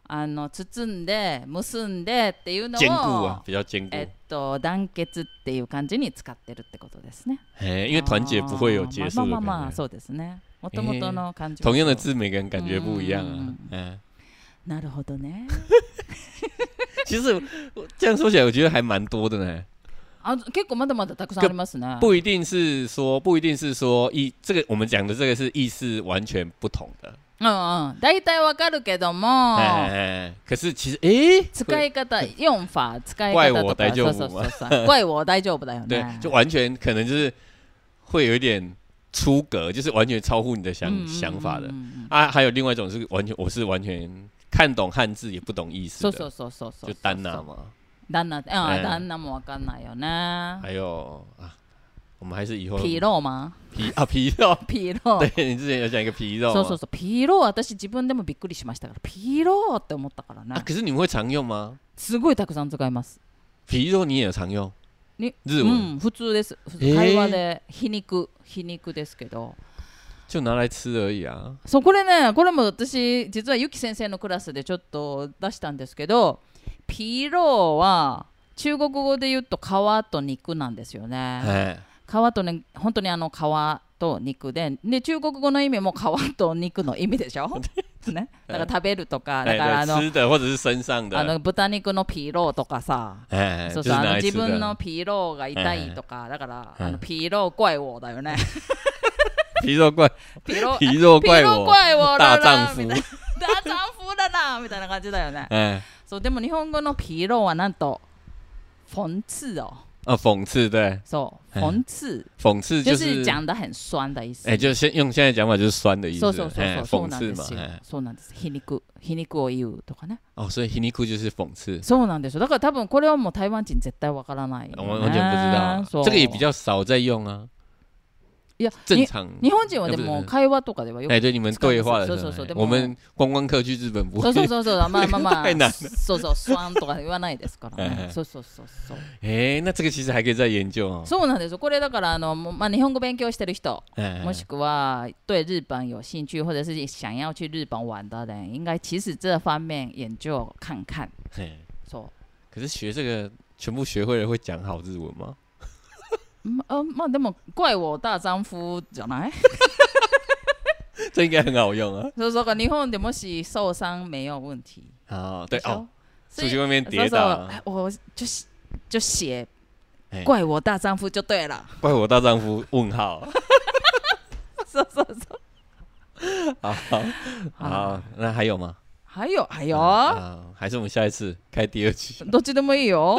A: あの包んで結んでっていうの
B: 坚固啊
A: を、、
B: 比较坚固
A: え。っと、団結っていう感じに使ってるってことですね。
B: 哎、因为团结不会有结束
A: あー
B: 的
A: まあまあまあ
B: 感觉。
A: そうですねもともとの感じは
B: 同样的字，每个人感觉不一样啊
A: 嗯。
B: 嗯，
A: なるほどね
B: 其实我这样说起来，我觉得还蛮多的呢。
A: あ結構まだまだたくさんありますね
B: 不一定是说，不一定是说意，这个我们讲的这个是意思完全不同的。
A: うんうん大体わかるけども
B: 哎哎哎，可是其实，哎、
A: 使い方4ファー使い
B: 怪
A: 方とか
B: 我大丈夫
A: そうそうそう そう怪我大丈夫だよ
B: 对
A: ね，
B: 就完全可能就是会有一点出格，就是完全超乎你的想、
A: うんうんうん
B: 想法的
A: うんうん
B: 啊。还有另外一种是完全，我是完全看懂汉字也不懂意思
A: そ
B: 的，
A: うそうそうそうそう
B: 就丹娜嘛，
A: 旦那うん
B: ええ
A: 旦那もわかんないよね
B: 还有啊，我们还是以后
A: 皮肉吗？
B: 皮啊皮肉，
A: 皮肉。
B: 对你之前有讲一个皮肉嘛，
A: そうそうそう。ピロー、私自分でもびっくりしましたから、ピローって思ったから
B: 啊，
A: ね。
B: 可是你们会常用吗？
A: すごいたくさん使います。
B: 皮肉你也有常用
A: に
B: 日
A: う
B: 文、
A: ん、普通です。普
B: え
A: 通
B: ー
A: 会話で皮肉、皮肉ですけど。
B: 就拿来吃而已啊。
A: そうこれね、これも私、実はゆき先生のクラスでちょっと出したんですけど、ピローは中国語で言うと皮と肉なんですよね。
B: 哎，
A: 皮とね本当にあの皮と肉でで中国語の意味も皮と肉の意味でし ょ、ね、だから食べるとかだからあ
B: 哎，
A: の
B: 对吃的或者是身上
A: あの
B: 的，
A: 豚肉のピーローとかさ
B: 哎，
A: そう
B: 就是
A: そうあ
B: 拿
A: の
B: 来
A: 自
B: 吃
A: 分の
B: 的。
A: ピーローが痛いとかだから
B: うん
A: あのピーロー怪我だよね
B: 皮肉怪，
A: ピーロー
B: 皮肉
A: ピー
B: 怪
A: ロー
B: 我，
A: 怪 我だ
B: 大
A: な
B: 丈
A: み
B: 夫
A: た。いな大丈夫だなみたいな感じだよね
B: 哎，
A: そうでも日本語のピーローはなんとフォンツーを
B: 啊，讽刺对，
A: そうフ
B: うん
A: ォンツ
B: 讽
A: ー
B: 刺
A: 就
B: 就是是
A: 讲的很酸的意思
B: 哎，就是现用现在讲法就是酸的意思
A: そうそう，そうそ
B: 哎，
A: う、そう
B: 讽
A: なん
B: 刺
A: で
B: 嘛
A: す。よ
B: 哎，。
A: そうなんです。皮肉、皮肉を言うとかね。
B: 哦，所以皮尼库就是讽刺，
A: そうなんですよ。だから多分これはもう台湾人絶対わからないよね、
B: 我完全不知道啊
A: そ，う
B: 这个也比较少在用啊。
A: いや
B: 正
A: に
B: 常。
A: 日本人はでも会話とかではよく。
B: 哎，对，你们对话的
A: そうそう
B: 时
A: そうで，
B: 候哎
A: も
B: 我们观光客去日本不
A: そうそう
B: 会。
A: そうそう、まあ まあまあ
B: 太難、了
A: そうそう、スワンとか言わないですからね。そうそうそうそう。
B: 哎，那这个其实还可以再研究哦。
A: そうなんですよ。これだからあの、もうまあ、日本語勉強してる人、
B: 哎，
A: もしくは对日本有兴趣，或者是想要去日本玩的人，应该其实这方面研究看看。
B: 哎
A: そう。
B: 可是学这个全部学会了会讲好日文吗？
A: まあまあでも哦怪我大丈夫哎じゃない？
B: 这应该很好用啊。
A: そうそうだから日本でもし受傷没有问题。
B: 好，对
A: でし
B: 哦
A: ょ，，
B: 出
A: 所以
B: 去外面
A: そう
B: 跌
A: そう
B: 倒啊，
A: 哎我就是就写
B: 哎
A: 怪我大丈夫就对了。
B: 怪我大丈夫？问号。
A: そうそうそう。
B: 好，好，那还有吗？
A: 还有还有、
B: 啊，还是我们下一次开第二期，
A: どっちでもいいよ。